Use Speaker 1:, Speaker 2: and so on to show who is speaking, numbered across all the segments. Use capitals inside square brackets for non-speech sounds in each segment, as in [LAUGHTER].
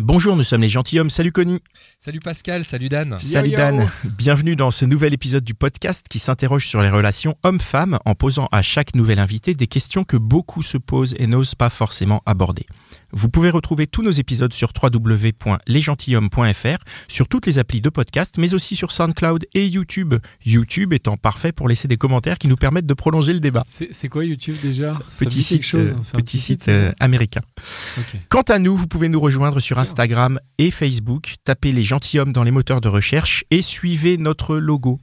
Speaker 1: Bonjour, nous sommes les gentilshommes. Salut Conny.
Speaker 2: Salut Pascal, salut Dan.
Speaker 1: Salut
Speaker 2: Yo, yo.
Speaker 1: Dan. Bienvenue dans ce nouvel épisode du podcast qui s'interroge sur les relations hommes-femmes en posant à chaque nouvel invité des questions que beaucoup se posent et n'osent pas forcément aborder. Vous pouvez retrouver tous nos épisodes sur www.lesgentilhommes.fr, sur toutes les applis de podcast, mais aussi sur SoundCloud et YouTube. YouTube étant parfait pour laisser des commentaires qui nous permettent de prolonger le débat.
Speaker 2: C'est c'est quoi YouTube déjà Ça me
Speaker 1: Petit
Speaker 2: dit quelque
Speaker 1: site,
Speaker 2: chose,
Speaker 1: euh,
Speaker 2: hein, c'est un
Speaker 1: petit site
Speaker 2: c'est
Speaker 1: euh, américain.
Speaker 2: ça Ok.
Speaker 1: Quant à nous, vous pouvez nous rejoindre sur Instagram et Facebook, tapez les gentilshommes dans les moteurs de recherche et suivez notre logo.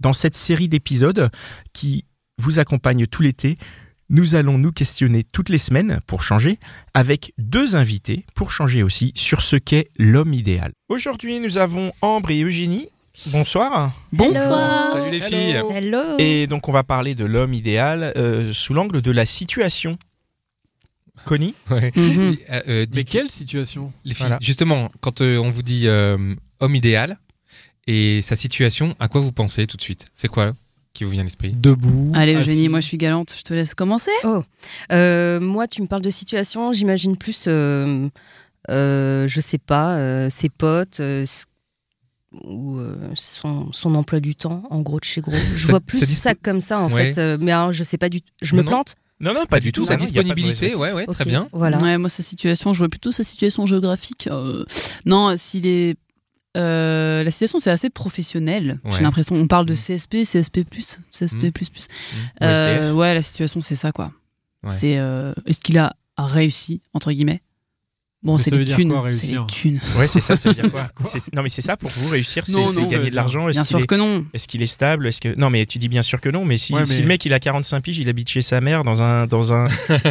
Speaker 1: Dans cette série d'épisodes qui vous accompagne tout l'été, nous allons nous questionner toutes les semaines pour changer, avec deux invités pour changer aussi sur ce qu'est l'homme idéal. Aujourd'hui, nous avons Ambre et Eugénie. Bonsoir.
Speaker 3: Bonsoir.
Speaker 2: Salut les filles.
Speaker 3: Hello.
Speaker 1: Et donc, on va parler de l'homme idéal euh, sous l'angle de la situation. Connie
Speaker 4: [LAUGHS]
Speaker 3: Mhm.
Speaker 2: Euh, euh, dis-
Speaker 1: Mais
Speaker 2: Mais quelle situation les filles
Speaker 1: Voilà.
Speaker 2: Justement, quand euh, on vous dit euh, homme idéal et sa situation, à quoi vous pensez tout de suite C'est quoi qui vous vient à l'esprit
Speaker 1: Debout.
Speaker 3: Allez
Speaker 2: Ah,
Speaker 3: Eugénie,
Speaker 2: si.
Speaker 3: moi je suis galante, je te laisse commencer.
Speaker 4: Euh, moi, tu me parles de situation, j'imagine plus, euh, euh, je sais pas, euh, ses potes euh, s- ou euh, son, son emploi du temps, en gros de chez gros. Je
Speaker 2: Ça-
Speaker 4: vois
Speaker 2: ça
Speaker 4: plus
Speaker 2: dispo-
Speaker 4: ça comme ça en
Speaker 2: Ouais.
Speaker 4: fait, euh, mais alors je sais pas du tout. Je
Speaker 2: Non,
Speaker 4: me
Speaker 2: non.
Speaker 4: plante
Speaker 1: Non, non, pas du tout.
Speaker 2: Sa
Speaker 1: non, non, y a pas de
Speaker 2: disponibilité,
Speaker 1: raison.
Speaker 2: ouais, ouais, très
Speaker 4: Ok,
Speaker 2: bien.
Speaker 4: Voilà.
Speaker 3: Ouais, moi sa situation, je vois plutôt sa situation géographique. Euh, Non, euh, s'il est euh, la situation c'est assez professionnelle.
Speaker 2: Ouais. Mm.
Speaker 3: J'ai l'impression on parle de
Speaker 2: Mhm.
Speaker 3: CSP, CSP+, CSP++.
Speaker 1: Ou
Speaker 3: Euh,
Speaker 1: SDF.
Speaker 3: ouais, la situation c'est ça quoi.
Speaker 2: Ouais.
Speaker 3: C'est euh, est-ce qu'il a réussi entre guillemets Bon,
Speaker 2: Mais
Speaker 3: c'est
Speaker 2: ça veut
Speaker 3: les
Speaker 2: dire
Speaker 3: thunes,
Speaker 2: quoi,
Speaker 3: c'est
Speaker 2: réussir
Speaker 3: les thunes.
Speaker 1: Ouais, c'est ça, ça veut dire quoi,
Speaker 2: Quoi
Speaker 1: [LAUGHS] C'est- Non, mais c'est ça pour vous réussir, c'est
Speaker 3: Non,
Speaker 1: c'est
Speaker 3: non,
Speaker 1: gagner
Speaker 2: euh,
Speaker 1: de l'argent. Est-ce
Speaker 3: Bien
Speaker 1: qu'il
Speaker 3: sûr
Speaker 1: est,
Speaker 3: que non.
Speaker 1: est-ce qu'il est stable Est-ce que non Mais tu dis bien sûr que non. Mais si,
Speaker 2: Ouais,
Speaker 1: si
Speaker 2: mais-
Speaker 1: le mec il a 45 piges, il habite chez sa mère dans un dans un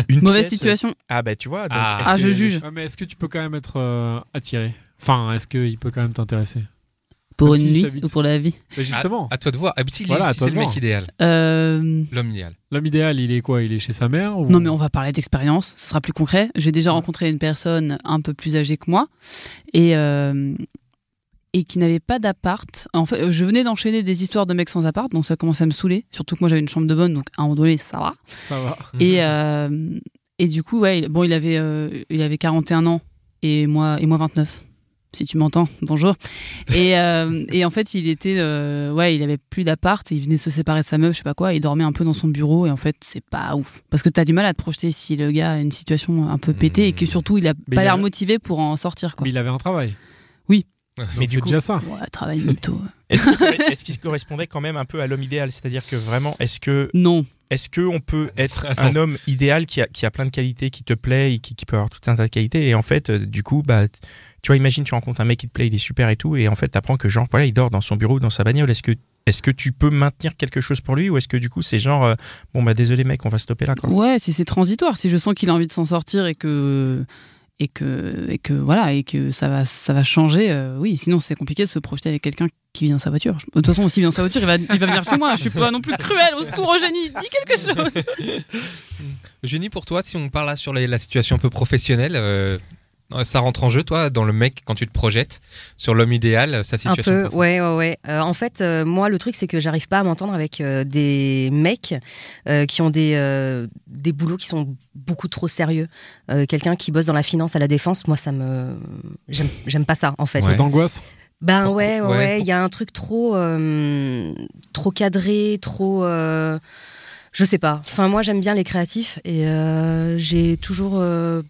Speaker 1: une
Speaker 3: Mauvaise
Speaker 1: pièce-
Speaker 3: situation.
Speaker 1: Ah bah tu vois. donc,
Speaker 2: Ah.
Speaker 1: est-ce
Speaker 3: Ah, je
Speaker 1: que-
Speaker 3: juge.
Speaker 2: Ouais, mais est-ce que tu peux quand même être euh, attiré Enfin, est-ce qu'il peut quand même t'intéresser
Speaker 3: Pour
Speaker 2: Comme
Speaker 3: une
Speaker 2: si ça
Speaker 3: nuit
Speaker 2: habite.
Speaker 3: ou pour la vie
Speaker 2: Bah, Justement,
Speaker 5: À toi de voir. Ah, si,
Speaker 2: Voilà, à
Speaker 5: si
Speaker 2: toi
Speaker 5: c'est
Speaker 2: de
Speaker 5: le mec
Speaker 2: voir.
Speaker 5: idéal,
Speaker 3: Euh,
Speaker 5: l'homme idéal.
Speaker 2: l'homme idéal, il est quoi Il est chez sa mère ou-
Speaker 3: Non, mais on va parler d'expérience, ce sera plus concret. J'ai déjà rencontré une personne un peu plus âgée que moi et, euh, et qui n'avait pas d'appart. En fait, je venais d'enchaîner des histoires de mecs sans appart, donc ça commençait à me saouler. Surtout que moi j'avais une chambre de bonne, donc à un moment donné, ça va.
Speaker 2: Ça va.
Speaker 3: Et, euh, et du coup, ouais, il- bon, il avait, euh, il avait 41 ans et moi, et moi 29. Si tu m'entends, bonjour. Et, euh, et en fait, il était, euh, ouais, il avait plus d'appart et il venait se séparer de sa meuf, je sais pas quoi. et Il dormait un peu dans son bureau et en fait, c'est pas ouf. Parce que t'as du mal à te projeter si le gars a une situation un peu pétée et que surtout, il a
Speaker 2: Mhm. Mais il
Speaker 3: pas l'air
Speaker 2: avait-
Speaker 3: motivé pour en sortir, quoi.
Speaker 2: Mais il avait un travail.
Speaker 1: Mais
Speaker 2: Donc,
Speaker 1: du
Speaker 2: c'est
Speaker 1: coup,
Speaker 2: déjà ça.
Speaker 3: Ouais, travail mytho.
Speaker 1: est-ce qu'il corre- [LAUGHS] est-ce qu'il correspondait quand même un peu à l'homme idéal C'est-à-dire que vraiment, est-ce que
Speaker 3: Non.
Speaker 1: est-ce que on peut être un homme idéal qui a qui a plein de qualités, qui te plaît, et qui, qui peut avoir tout un tas de qualités et en fait, euh, du coup, bah t- tu vois, imagine tu rencontres un mec qui te plaît, il est super et tout, et en fait, t'apprends que genre voilà, il dort dans son bureau, ou dans sa bagnole. Est-ce que est-ce que tu peux maintenir quelque chose pour lui ou est-ce que du coup c'est genre euh, bon bah désolé mec on va stopper là quoi
Speaker 3: Ouais, si c'est transitoire, si je sens qu'il a envie de s'en sortir et que et que et que voilà et que ça va ça va changer, euh, oui. Sinon, c'est compliqué de se projeter avec quelqu'un qui vit dans sa voiture. Je- De toute façon, s'il vit dans sa voiture, il va, il va venir chez moi. Je suis pas non plus cruel. Au secours, Eugénie, dis quelque chose.
Speaker 5: Génie, pour toi, si on parle là sur les- la situation un peu professionnelle, euh, ça rentre en jeu, toi, dans le mec, quand tu te projettes sur l'homme idéal, sa
Speaker 4: Un
Speaker 5: situation
Speaker 4: peu,
Speaker 5: prof-
Speaker 4: ouais, ouais, ouais. Euh, en fait, euh, moi, le truc, c'est que j'arrive pas à m'entendre avec euh, des mecs euh, qui ont des, euh, des boulots qui sont beaucoup trop sérieux. Euh, Quelqu'un qui bosse dans la finance à la défense, moi, ça me. J'aime j'aime pas ça, en fait.
Speaker 2: C'est d'angoisse.
Speaker 4: Ben
Speaker 5: Pourquoi-
Speaker 4: ouais, ouais,
Speaker 5: ouais,
Speaker 4: ouais, il y a un truc trop, euh, trop cadré, trop, euh, je sais pas. Enfin, moi j'aime bien les créatifs et euh, j'ai toujours, euh,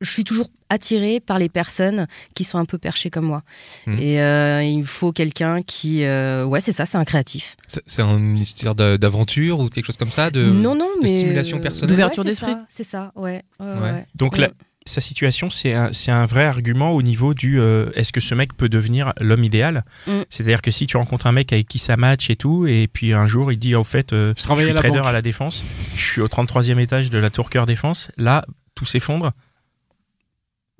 Speaker 4: je suis toujours attirée par les personnes qui sont un peu perchées comme moi.
Speaker 5: Mhm.
Speaker 4: Et euh, il faut quelqu'un qui, euh, ouais, c'est ça, c'est un créatif.
Speaker 5: C'est c'est une histoire d'a- d'aventure ou quelque chose comme ça de...
Speaker 4: non, non,
Speaker 5: de
Speaker 4: mais
Speaker 5: stimulation personnelle.
Speaker 3: D'ouverture
Speaker 4: ouais, c'est
Speaker 3: d'esprit.
Speaker 4: ça, C'est ça, ouais. ouais, ouais,
Speaker 5: Ouais.
Speaker 4: ouais.
Speaker 1: donc la- sa situation c'est un, c'est un vrai argument au niveau du euh, est-ce que ce mec peut devenir l'homme idéal
Speaker 4: Mm.
Speaker 1: c'est-à-dire que si tu rencontres un mec avec qui ça match et tout et puis un jour il dit au fait euh,
Speaker 2: Je travaille
Speaker 1: suis
Speaker 2: à la
Speaker 1: trader
Speaker 2: banque.
Speaker 1: à la défense je suis au 33e étage de la tour cœur défense là tout s'effondre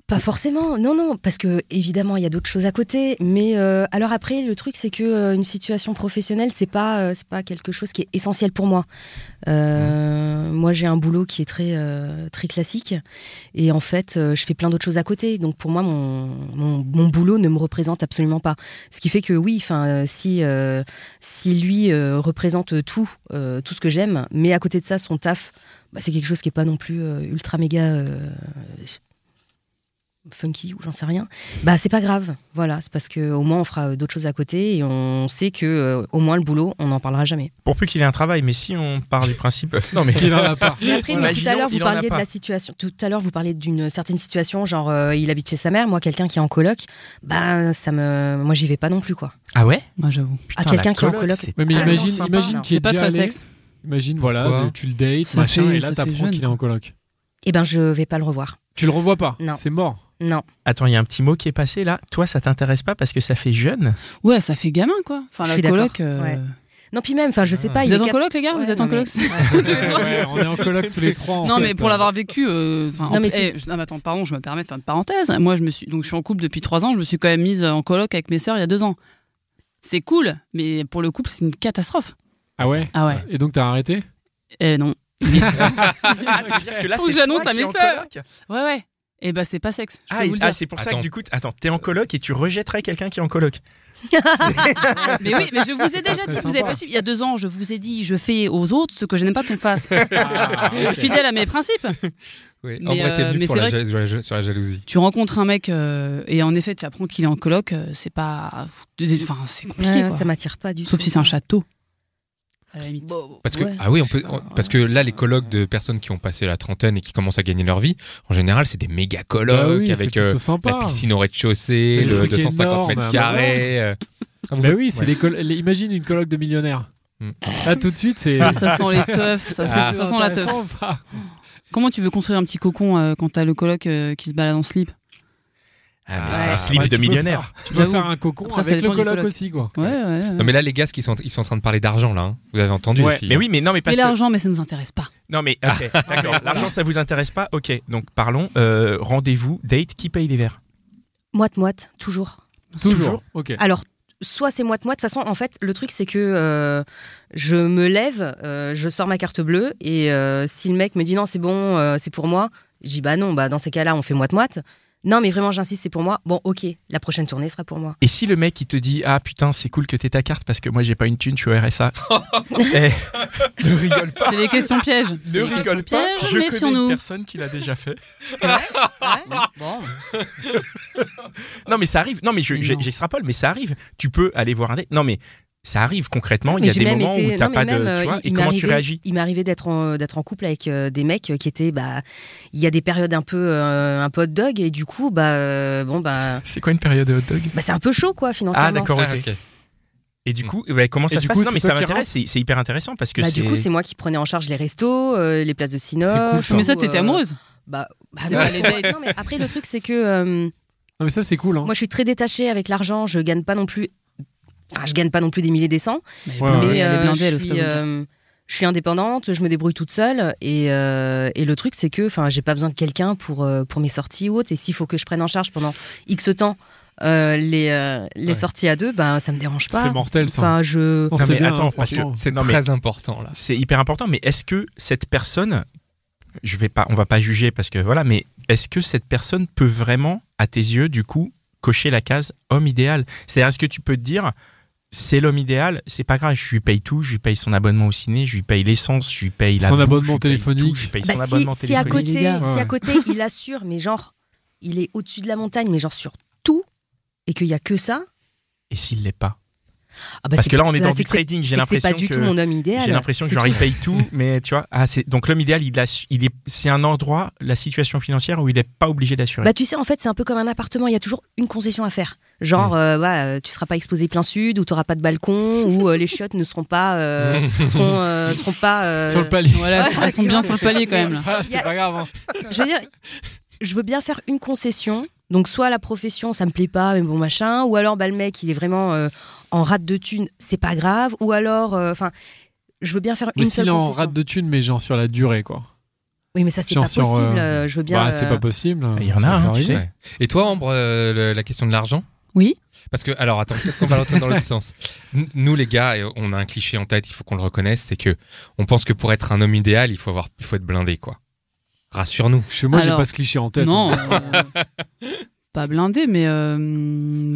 Speaker 4: Pas forcément, non, non, parce que évidemment il y a d'autres choses à côté, mais euh, alors après le truc c'est que euh, une situation professionnelle c'est pas euh, c'est pas quelque chose qui est essentiel pour moi. Euh, Moi j'ai un boulot qui est très euh, très classique et en fait euh, je fais plein d'autres choses à côté, donc pour moi mon, mon, mon boulot ne me représente absolument pas. Ce qui fait que oui, enfin euh, si euh, si lui euh, représente tout euh, tout ce que j'aime, mais à côté de ça son taf bah, c'est quelque chose qui est pas non plus euh, ultra méga euh, funky ou j'en sais rien bah c'est pas grave voilà c'est parce que au moins on fera euh, d'autres choses à côté et on sait que euh, au moins le boulot on n'en parlera jamais
Speaker 1: Pour plus qu'il ait un travail, mais si on part du principe. non, mais.
Speaker 5: Il en a
Speaker 3: [LAUGHS]
Speaker 5: pas.
Speaker 4: mais après mais tout à
Speaker 1: Imaginons,
Speaker 4: l'heure vous
Speaker 1: il en a
Speaker 4: parliez de
Speaker 1: pas.
Speaker 4: la situation tout à l'heure vous parliez d'une certaine situation genre euh, il habite chez sa mère moi quelqu'un qui est en coloc bah ça me moi j'y vais pas non plus quoi
Speaker 1: Ah ouais
Speaker 3: Moi, j'avoue.
Speaker 4: à quelqu'un qui est en coloc
Speaker 6: Ouais, mais
Speaker 4: Ah non,
Speaker 6: imagine,
Speaker 4: sympa,
Speaker 6: imagine,
Speaker 4: non.
Speaker 6: tu
Speaker 3: C'est
Speaker 6: es
Speaker 3: pas
Speaker 6: déjà
Speaker 3: très
Speaker 6: allé,
Speaker 3: sexe.
Speaker 6: Imagine, voilà,
Speaker 5: Pourquoi
Speaker 6: de- tu le dates,
Speaker 3: Ça
Speaker 6: machin,
Speaker 3: fait-
Speaker 6: et
Speaker 3: ça
Speaker 6: là
Speaker 3: fait
Speaker 6: t'apprends
Speaker 3: jeune,
Speaker 6: qu'il est en coloc.
Speaker 4: et ben je vais pas le revoir
Speaker 6: Tu le revois pas,
Speaker 4: Non.
Speaker 6: c'est
Speaker 3: [LAUGHS]
Speaker 6: mort.
Speaker 4: non
Speaker 1: Attends, il y a un petit mot qui est passé là. Toi, ça t'intéresse pas parce que ça fait jeune
Speaker 3: Ouais, ça fait gamin, quoi. Enfin,
Speaker 4: Je
Speaker 3: la
Speaker 4: suis d'accord,
Speaker 3: coloc. euh,
Speaker 4: ouais. non puis même enfin je
Speaker 5: Ah.
Speaker 4: sais pas il
Speaker 3: Vous êtes
Speaker 4: est
Speaker 3: en
Speaker 4: quatre-
Speaker 3: coloc, les gars
Speaker 4: Ouais,
Speaker 3: Vous êtes en
Speaker 4: non, mais-
Speaker 3: coloc [LAUGHS]
Speaker 6: Ouais, on est en coloc tous les trois. en
Speaker 3: Non,
Speaker 6: fait.
Speaker 3: mais pour l'avoir vécu, euh, enfin,
Speaker 4: Non,
Speaker 3: en-
Speaker 4: mais
Speaker 3: eh,
Speaker 4: c'est-
Speaker 3: je- non, mais attends, pardon, je me permets de faire une parenthèse. Moi, je me suis, donc, je suis en couple depuis trois ans. Je me suis quand même mise en coloc avec mes sœurs il y a deux ans. C'est cool, mais pour le couple, c'est une catastrophe.
Speaker 6: Ah ouais
Speaker 3: Ah ouais.
Speaker 6: Et donc t'as arrêté
Speaker 3: Eh non.
Speaker 1: [LAUGHS] Ah, tu veux dire que là,
Speaker 3: Faut que j'annonce à
Speaker 1: qui es
Speaker 3: mes
Speaker 1: en
Speaker 3: sœurs.
Speaker 1: coloc
Speaker 3: Ouais, ouais. Eh ben, c'est pas sexe. Je peux
Speaker 1: Ah,
Speaker 3: vous le
Speaker 1: ah,
Speaker 3: dire.
Speaker 1: c'est pour ça
Speaker 5: Attends.
Speaker 1: que du coup. t- Attends, t'es en coloc et tu rejetterais quelqu'un qui est en coloc.
Speaker 3: mais oui, mais je vous ai déjà dit, vous avez pas suivi. Il y a deux ans, je vous ai dit, je fais aux autres ce que je n'aime pas qu'on [LAUGHS] fasse. Je suis fidèle à mes principes.
Speaker 5: Oui.
Speaker 3: Mais,
Speaker 5: en vrai, t'es
Speaker 3: euh, mais
Speaker 5: venu pour
Speaker 3: c'est
Speaker 5: la
Speaker 3: vrai
Speaker 5: ja- sur la ja- sur la jalousie.
Speaker 3: Tu rencontres un mec euh, et en effet, tu apprends qu'il est en coloc. euh, C'est pas, enfin, c'est compliqué.
Speaker 4: Ouais,
Speaker 3: quoi.
Speaker 4: ça m'attire pas du tout
Speaker 3: Sauf si c'est un château. À la limite.
Speaker 5: Parce que
Speaker 4: Ouais,
Speaker 5: ah oui, on
Speaker 4: je sais
Speaker 5: peut
Speaker 4: pas,
Speaker 5: on-
Speaker 4: ouais.
Speaker 5: parce que là les colloques de personnes qui ont passé la trentaine et qui commencent à gagner leur vie, en général, c'est des méga
Speaker 2: Ah
Speaker 6: Bah
Speaker 5: colloques
Speaker 6: oui, c'est
Speaker 5: avec euh,
Speaker 6: plutôt sympa.
Speaker 5: la piscine au rez-de-chaussée,
Speaker 6: C'est des
Speaker 5: le
Speaker 6: trucs
Speaker 5: 250
Speaker 6: énormes,
Speaker 5: mètres carrés. euh. Ah, vous
Speaker 6: Bah
Speaker 5: faites-
Speaker 6: oui, c'est
Speaker 5: Ouais.
Speaker 6: les col- les- imagine une coloc de millionnaires.
Speaker 5: Hmm.
Speaker 6: Là tout de suite, c'est.
Speaker 3: Ça sent les teufs, ça, sent-
Speaker 5: Ah.
Speaker 3: ça sent la teuf.
Speaker 6: Ah, intéressant ou pas
Speaker 3: Comment tu veux construire un petit cocon euh, quand t'as le coloc euh, qui se balade en slip
Speaker 1: Ah, mais
Speaker 5: Ouais.
Speaker 1: c'est un
Speaker 5: Ouais,
Speaker 1: slip
Speaker 6: Ouais,
Speaker 1: de
Speaker 6: tu peux
Speaker 1: millionnaire.
Speaker 6: faire- Tu peux
Speaker 3: J'avoue.
Speaker 6: faire un cocon
Speaker 3: Après, ça
Speaker 6: avec le
Speaker 3: dépend du
Speaker 6: coloc
Speaker 3: coloc.
Speaker 6: aussi, quoi.
Speaker 3: Ouais, ouais. ouais.
Speaker 5: Non mais là les gars, ce qu'ils sont ils sont en train de parler d'argent là. hein. Vous avez entendu
Speaker 6: Ouais.
Speaker 5: les filles.
Speaker 1: Mais oui, mais non, mais
Speaker 3: mais
Speaker 1: parce que.
Speaker 3: l'argent, mais ça nous intéresse pas.
Speaker 1: Non, mais. ok, [LAUGHS] d'accord. L'argent, ça vous intéresse pas Ok, donc parlons. euh, Rendez-vous, date, qui paye les verres
Speaker 4: moite moite toujours
Speaker 6: Toujours. Ok.
Speaker 4: Alors, soit c'est moite moite. De toute façon, en fait, le truc, c'est que euh, je me lève, euh, je sors ma carte bleue, et euh, si le mec me dit non, c'est bon, euh, c'est pour moi, je dis bah non, bah dans ces cas-là, on fait moite moite. Non, mais vraiment, j'insiste, c'est pour moi. Bon, ok, la prochaine tournée sera pour moi.
Speaker 1: Et si le mec il te dit ah putain c'est cool que t'aies ta carte parce que moi j'ai pas une thune je suis au RSA. [LAUGHS] Eh, ne rigole pas.
Speaker 3: C'est des questions pièges. C'est
Speaker 1: [LAUGHS]
Speaker 3: des
Speaker 1: Ne
Speaker 3: questions
Speaker 1: rigole pas.
Speaker 3: pièges,
Speaker 1: je connais une
Speaker 3: méfions-nous.
Speaker 1: personne qui l'a déjà fait.
Speaker 4: Bon.
Speaker 1: [LAUGHS] Non mais ça arrive. Non mais je-
Speaker 3: Mais
Speaker 1: je-
Speaker 3: non.
Speaker 1: j'extrapole mais ça arrive. Tu peux aller voir un date. Non mais ça arrive concrètement. Il y
Speaker 4: Mais
Speaker 1: a
Speaker 4: j'ai
Speaker 1: des
Speaker 4: même
Speaker 1: moments
Speaker 4: été-
Speaker 1: où t'as
Speaker 4: non, mais
Speaker 1: pas de.
Speaker 4: même, euh,
Speaker 1: tu vois,
Speaker 4: il-
Speaker 1: et
Speaker 4: il m'est
Speaker 1: comment tu
Speaker 4: arrivé-
Speaker 1: réagis
Speaker 4: Il m'est arrivé d'être en, d'être en couple avec euh, des mecs qui étaient, bah, il y a des périodes un peu, euh, un peu hot dog, et du coup, bah, euh, bon, bah,
Speaker 1: C'est quoi une période de hot dog
Speaker 4: bah, c'est un peu chaud, quoi, financièrement.
Speaker 1: Ah d'accord.
Speaker 5: Ah,
Speaker 1: ok.
Speaker 5: ok.
Speaker 1: Et du coup ouais, comment ça
Speaker 6: Et
Speaker 1: se
Speaker 6: du
Speaker 1: passe
Speaker 6: coup,
Speaker 1: Non mais
Speaker 6: c'est
Speaker 1: ça
Speaker 6: toi qui
Speaker 1: m'intéresse. C'est c'est hyper intéressant parce que
Speaker 4: Bah,
Speaker 1: c'est.
Speaker 4: du coup, c'est moi qui prenais en charge les restos, euh, les places de
Speaker 6: cool,
Speaker 4: cinoche.
Speaker 6: ça.
Speaker 3: Mais ça, t'étais
Speaker 4: euh,
Speaker 3: amoureuse.
Speaker 4: Bah, bah
Speaker 3: C'est
Speaker 4: non,
Speaker 3: pas les dates.
Speaker 4: non, mais après le truc c'est que euh,
Speaker 6: Non mais ça c'est cool. Hein.
Speaker 4: moi je suis très détachée avec l'argent, je gagne pas non plus enfin je gagne pas non plus des milliers des cents,
Speaker 6: Ouais, ouais.
Speaker 4: mais
Speaker 3: elle
Speaker 4: euh,
Speaker 3: est blindée, elle hein,
Speaker 4: je
Speaker 3: ose
Speaker 4: suis
Speaker 3: pas vous le dire.
Speaker 4: euh, je suis indépendante, je me débrouille toute seule et, euh, et le truc c'est que enfin j'ai pas besoin de quelqu'un pour euh, pour mes sorties ou autres et s'il faut que je prenne en charge pendant X temps euh, les euh, les
Speaker 5: Ouais.
Speaker 4: sorties à deux, ben ça me dérange pas.
Speaker 6: C'est mortel ça.
Speaker 4: Enfin je
Speaker 6: Non,
Speaker 1: Non,
Speaker 6: c'est
Speaker 1: mais
Speaker 6: bien,
Speaker 1: attends,
Speaker 6: hein,
Speaker 1: parce que-
Speaker 6: franchement.
Speaker 5: C'est
Speaker 1: Non, mais-
Speaker 5: très important là.
Speaker 1: c'est hyper important. Mais est-ce que cette personne, je vais pas, on va pas juger parce que voilà, mais est-ce que cette personne peut vraiment, à tes yeux, du coup, cocher la case homme idéal C'est-à-dire, est-ce que tu peux te dire, c'est l'homme idéal, c'est pas grave, je lui paye tout, je lui paye son abonnement au ciné, je lui paye l'essence, je lui paye la
Speaker 6: Son
Speaker 1: bouffe,
Speaker 6: abonnement
Speaker 1: je lui paye
Speaker 6: téléphonique.
Speaker 1: tout, je lui paye
Speaker 4: Bah,
Speaker 1: son
Speaker 4: si,
Speaker 1: abonnement
Speaker 4: si à
Speaker 1: téléphonique.
Speaker 4: côté,
Speaker 3: Les gars,
Speaker 4: si à
Speaker 6: ouais.
Speaker 4: côté il assure, mais genre, il est au-dessus de la montagne, mais genre sur tout, et qu'il y a que ça.
Speaker 1: Et s'il l'est pas
Speaker 4: ah bah
Speaker 1: Parce
Speaker 4: c'est
Speaker 1: que là, on est
Speaker 4: plutôt-
Speaker 1: dans
Speaker 4: c'est
Speaker 1: du
Speaker 4: que c'est-
Speaker 1: trading. J'ai
Speaker 4: c'est que
Speaker 1: l'impression
Speaker 4: C'est pas du tout
Speaker 1: que
Speaker 4: mon homme idéal.
Speaker 1: j'ai l'impression que
Speaker 4: C'est
Speaker 1: genre il
Speaker 4: tout.
Speaker 1: paye
Speaker 4: [LAUGHS]
Speaker 1: tout, mais tu vois, ah, c'est- donc l'homme idéal, il a, il est, c'est un endroit, la situation financière où il n'est pas obligé d'assurer.
Speaker 4: Bah tu sais, en fait, c'est un peu comme un appartement. Il y a toujours une concession à faire. Genre,
Speaker 1: Mm.
Speaker 4: euh, voilà, euh, tu seras pas exposé plein sud, ou t'auras pas de balcon, ou euh, les chiottes ne seront
Speaker 1: [LAUGHS]
Speaker 4: pas, euh, seront, euh, seront pas. euh,
Speaker 6: hein. Sur le
Speaker 4: [LAUGHS]
Speaker 6: palier.
Speaker 3: Voilà, elles sont bien sur le palier quand même. là.
Speaker 6: Ah, c'est
Speaker 4: Y a-
Speaker 6: pas grave. hein.
Speaker 4: je veux dire, je veux bien faire une concession. Donc, soit la profession, ça me plaît pas, mais bon machin. Ou alors, bah, le mec, il est vraiment euh, en rate de thunes, c'est pas grave. Ou alors, euh, enfin, je veux bien faire
Speaker 6: Mais
Speaker 4: une
Speaker 6: s'il
Speaker 4: seule
Speaker 6: est en
Speaker 4: concession.
Speaker 6: rate de thunes, mais genre sur la durée quoi.
Speaker 4: Oui, mais ça, c'est
Speaker 6: Genre
Speaker 4: pas
Speaker 6: sur,
Speaker 4: possible.
Speaker 6: euh,
Speaker 4: euh, je veux bien.
Speaker 6: bah, c'est
Speaker 4: euh,
Speaker 6: pas possible.
Speaker 1: Il y en a
Speaker 6: ça
Speaker 1: un,
Speaker 6: peut
Speaker 1: tu sais.
Speaker 6: arriver.
Speaker 5: Ouais. Et toi, Ambre, euh, le- la question de l'argent
Speaker 3: Oui.
Speaker 5: Parce que, alors attends, peut-être qu'on va l'entendre
Speaker 3: [LAUGHS]
Speaker 5: dans l'autre sens. N- Nous, les gars, euh, on a un cliché en tête, il faut qu'on le reconnaisse, c'est que on pense que pour être un homme idéal, il faut, avoir, il faut être blindé, quoi. Rassure-nous.
Speaker 6: Je- Moi, j'ai
Speaker 3: Alors,
Speaker 6: pas ce cliché en tête.
Speaker 3: non.
Speaker 6: hein.
Speaker 3: euh, pas blindé, mais. euh,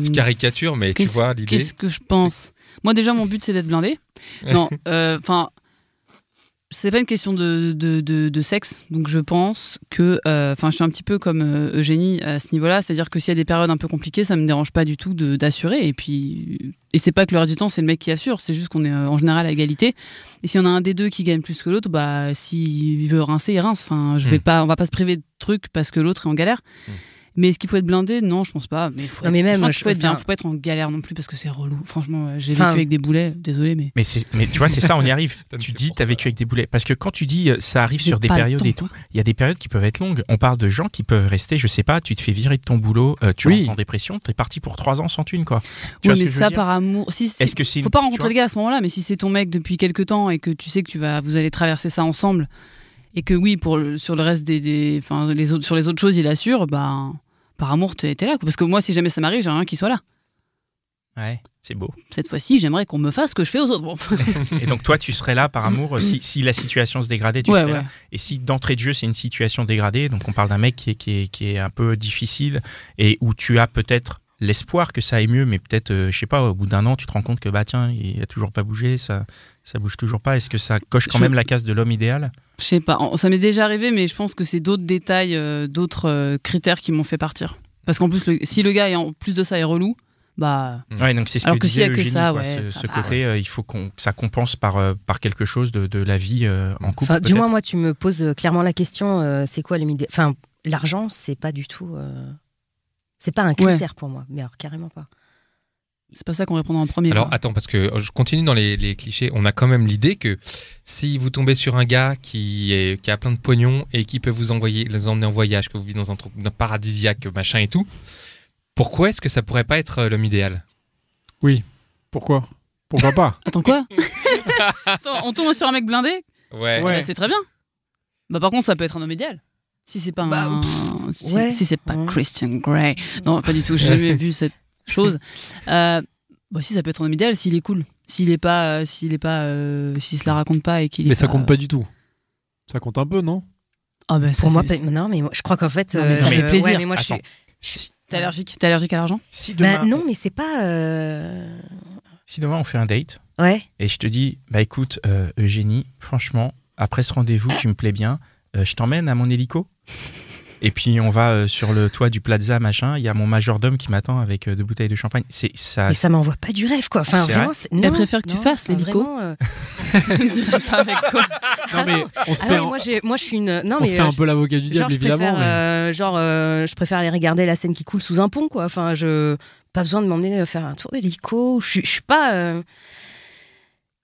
Speaker 5: Je caricature, mais tu
Speaker 3: Qu'est-ce-
Speaker 5: vois l'idée.
Speaker 3: Qu'est-ce que je pense Moi, déjà, mon but, c'est d'être blindé. Non, euh, enfin, c'est pas une question de, de, de- de sexe. Donc, je pense que. euh, Enfin, je suis un petit peu comme euh, Eugénie à ce niveau-là. C'est-à-dire que s'il y a des périodes un peu compliquées, ça me dérange pas du tout de- d'assurer. Et puis. Et c'est pas que le reste du temps, c'est le mec qui assure. C'est juste qu'on est euh, en général à égalité. Et si on a un des deux qui gagne plus que l'autre, bah, s'il veut rincer, il rince. Enfin, je vais
Speaker 5: Mm.
Speaker 3: pas. On va pas se priver de trucs parce que l'autre est en galère.
Speaker 5: Mm.
Speaker 3: Mais est-ce qu'il faut être blindé Non, je pense pas. Mais faut
Speaker 4: Non, mais
Speaker 3: être-
Speaker 4: même,
Speaker 3: je pense qu'il
Speaker 4: je-
Speaker 3: faut être bien.
Speaker 4: enfin-
Speaker 3: Faut pas être en galère non plus parce que c'est relou. Franchement, euh, j'ai vécu
Speaker 4: Enfin-
Speaker 3: avec des boulets. Désolé, mais
Speaker 1: Mais, c'est- mais tu vois, c'est ça, on y arrive.
Speaker 5: Putain,
Speaker 1: tu
Speaker 5: c'est
Speaker 1: dis,
Speaker 5: pour
Speaker 1: t'as
Speaker 5: ça.
Speaker 1: vécu avec des boulets. Parce que quand tu dis, euh, ça arrive
Speaker 3: j'ai
Speaker 1: sur des
Speaker 3: pas le
Speaker 1: périodes
Speaker 3: temps,
Speaker 1: et tout,
Speaker 3: quoi.
Speaker 1: il y a des périodes qui peuvent être longues. On parle de gens qui peuvent rester, je sais pas, tu te fais virer de ton boulot, euh, tu
Speaker 6: Oui.
Speaker 1: rentres en dépression, t'es parti pour trois ans sans thune, quoi. Tu
Speaker 3: Oui,
Speaker 1: vois ce
Speaker 3: mais
Speaker 1: que je veux
Speaker 3: ça
Speaker 1: dire
Speaker 3: par amour. Si, si-
Speaker 1: Est-ce que c'est une-
Speaker 3: faut pas
Speaker 1: tu
Speaker 3: rencontrer
Speaker 1: vois
Speaker 3: le gars à ce moment-là. Mais si c'est ton mec depuis quelques temps et que tu sais que tu vas, vous allez traverser ça ensemble et que oui, pour le- sur le reste des, des- enfin les autres, sur les autres choses, il assure. Bah, par amour, t'es t'es là. quoi. Parce que moi, si jamais ça m'arrive, j'aimerais rien qu'il soit là.
Speaker 1: Ouais, c'est beau.
Speaker 3: Cette fois-ci, j'aimerais qu'on me fasse ce que je fais aux autres. Bon.
Speaker 1: Et donc, toi, tu serais là par amour euh, si, si la situation se dégradait, tu
Speaker 3: Ouais,
Speaker 1: serais
Speaker 3: ouais.
Speaker 1: là. Et si d'entrée de jeu, c'est une situation dégradée, donc on parle d'un mec qui est, qui, est, qui est un peu difficile et où tu as peut-être l'espoir que ça aille mieux, mais peut-être, euh, je sais pas, au bout d'un an, tu te rends compte que bah tiens, il a toujours pas bougé, ça, ça bouge toujours pas. Est-ce que ça coche quand
Speaker 3: Je-
Speaker 1: même la case de l'homme idéal
Speaker 3: Je sais pas, en- ça m'est déjà arrivé, mais je pense que c'est d'autres détails, euh, d'autres euh, critères qui m'ont fait partir. Parce qu'en plus, le- si le gars, est en plus de ça, est relou, bah.
Speaker 5: Mm.
Speaker 1: Ouais, donc c'est ce
Speaker 3: Alors
Speaker 1: que,
Speaker 3: que s'il y
Speaker 1: disait
Speaker 3: a que
Speaker 1: Eugénie,
Speaker 3: ça,
Speaker 1: quoi,
Speaker 3: ouais,
Speaker 1: ce,
Speaker 3: ça
Speaker 1: ce
Speaker 3: passe.
Speaker 1: côté, euh, il faut qu'on, que ça compense par euh, par quelque chose de, de la vie euh, en couple.
Speaker 4: Enfin, du
Speaker 1: peut-être.
Speaker 4: moins, moi, tu me poses euh, clairement la question euh, c'est quoi l'homme idéal Enfin, l'argent, c'est pas du tout. euh, C'est pas un critère pour moi, mais alors carrément pas.
Speaker 3: C'est pas ça qu'on répondra en premier.
Speaker 5: Alors
Speaker 3: quoi.
Speaker 5: attends, parce que euh, je continue dans les, les clichés. On a quand même l'idée que si vous tombez sur un gars qui, est, qui a plein de pognon et qui peut vous envoyer, les emmener en voyage, que vous vivez dans un, truc- dans un paradisiaque, machin et tout, pourquoi est-ce que ça pourrait pas être euh, l'homme idéal
Speaker 6: Pourquoi Pourquoi
Speaker 4: [LAUGHS]
Speaker 6: pas
Speaker 3: Attends quoi Attends, On tombe sur un mec blindé
Speaker 5: Ouais.
Speaker 6: Ouais.
Speaker 3: Bah, C'est très bien. Bah par contre, ça peut être un homme idéal. Si c'est pas un-
Speaker 4: Bah,
Speaker 3: si,
Speaker 4: ouais.
Speaker 3: si c'est pas
Speaker 4: Ouais.
Speaker 3: Christian Grey. Non, pas du tout. J'ai jamais vu cette
Speaker 4: [LAUGHS]
Speaker 3: chose. Euh, bah si ça peut être un homme idéal, s'il est cool. S'il est pas, euh, s'il est pas, euh, s'il se la raconte pas et qu'il. est
Speaker 6: Mais
Speaker 4: Euh,
Speaker 6: ça compte pas du tout. Ça compte un peu, non
Speaker 3: Ah bah, ça
Speaker 4: Pour moi,
Speaker 3: fait-
Speaker 4: pas- non, mais moi, je crois qu'en fait.
Speaker 3: Non, mais ça
Speaker 4: euh,
Speaker 1: fait
Speaker 4: je- ouais,
Speaker 3: plaisir.
Speaker 4: mais moi, je suis-
Speaker 1: Attends. Si,
Speaker 3: T'es allergique. T'es allergique à l'argent.
Speaker 1: si
Speaker 4: Bah,
Speaker 1: demain,
Speaker 4: non, mais c'est pas. euh,
Speaker 1: si demain on fait un date,
Speaker 4: Ouais.
Speaker 1: et je te dis, bah écoute, euh, Eugénie, franchement, après ce rendez-vous, tu me plais bien, euh, je t'emmène à mon hélico. Et puis on va euh, sur le toit du Plaza, machin. Il y a mon majordome qui m'attend avec euh, deux bouteilles de champagne. C'est ça.
Speaker 4: Mais ça m'envoie pas du rêve, quoi. Enfin,
Speaker 1: C'est
Speaker 4: vraiment,
Speaker 1: vrai
Speaker 4: c'est- non,
Speaker 3: préfère que tu
Speaker 4: non,
Speaker 3: fasses
Speaker 4: enfin,
Speaker 3: l'hélico.
Speaker 4: vraiment, euh,
Speaker 3: [LAUGHS] Je ne dirais pas avec quoi.
Speaker 6: Non, mais on se
Speaker 4: [LAUGHS] Ah
Speaker 6: fait
Speaker 4: non,
Speaker 6: un-
Speaker 4: moi, j'ai- moi, je suis une. Non,
Speaker 6: on se
Speaker 4: mais.
Speaker 6: fait
Speaker 4: euh,
Speaker 6: un peu l'avocat du
Speaker 4: Genre,
Speaker 6: diable,
Speaker 4: je préfère,
Speaker 6: évidemment. mais-
Speaker 4: euh, genre euh, je préfère aller regarder la scène qui coule sous un pont, quoi. Enfin, je pas besoin de m'emmener euh, faire un tour d'hélico. Je, suis- je suis pas. euh,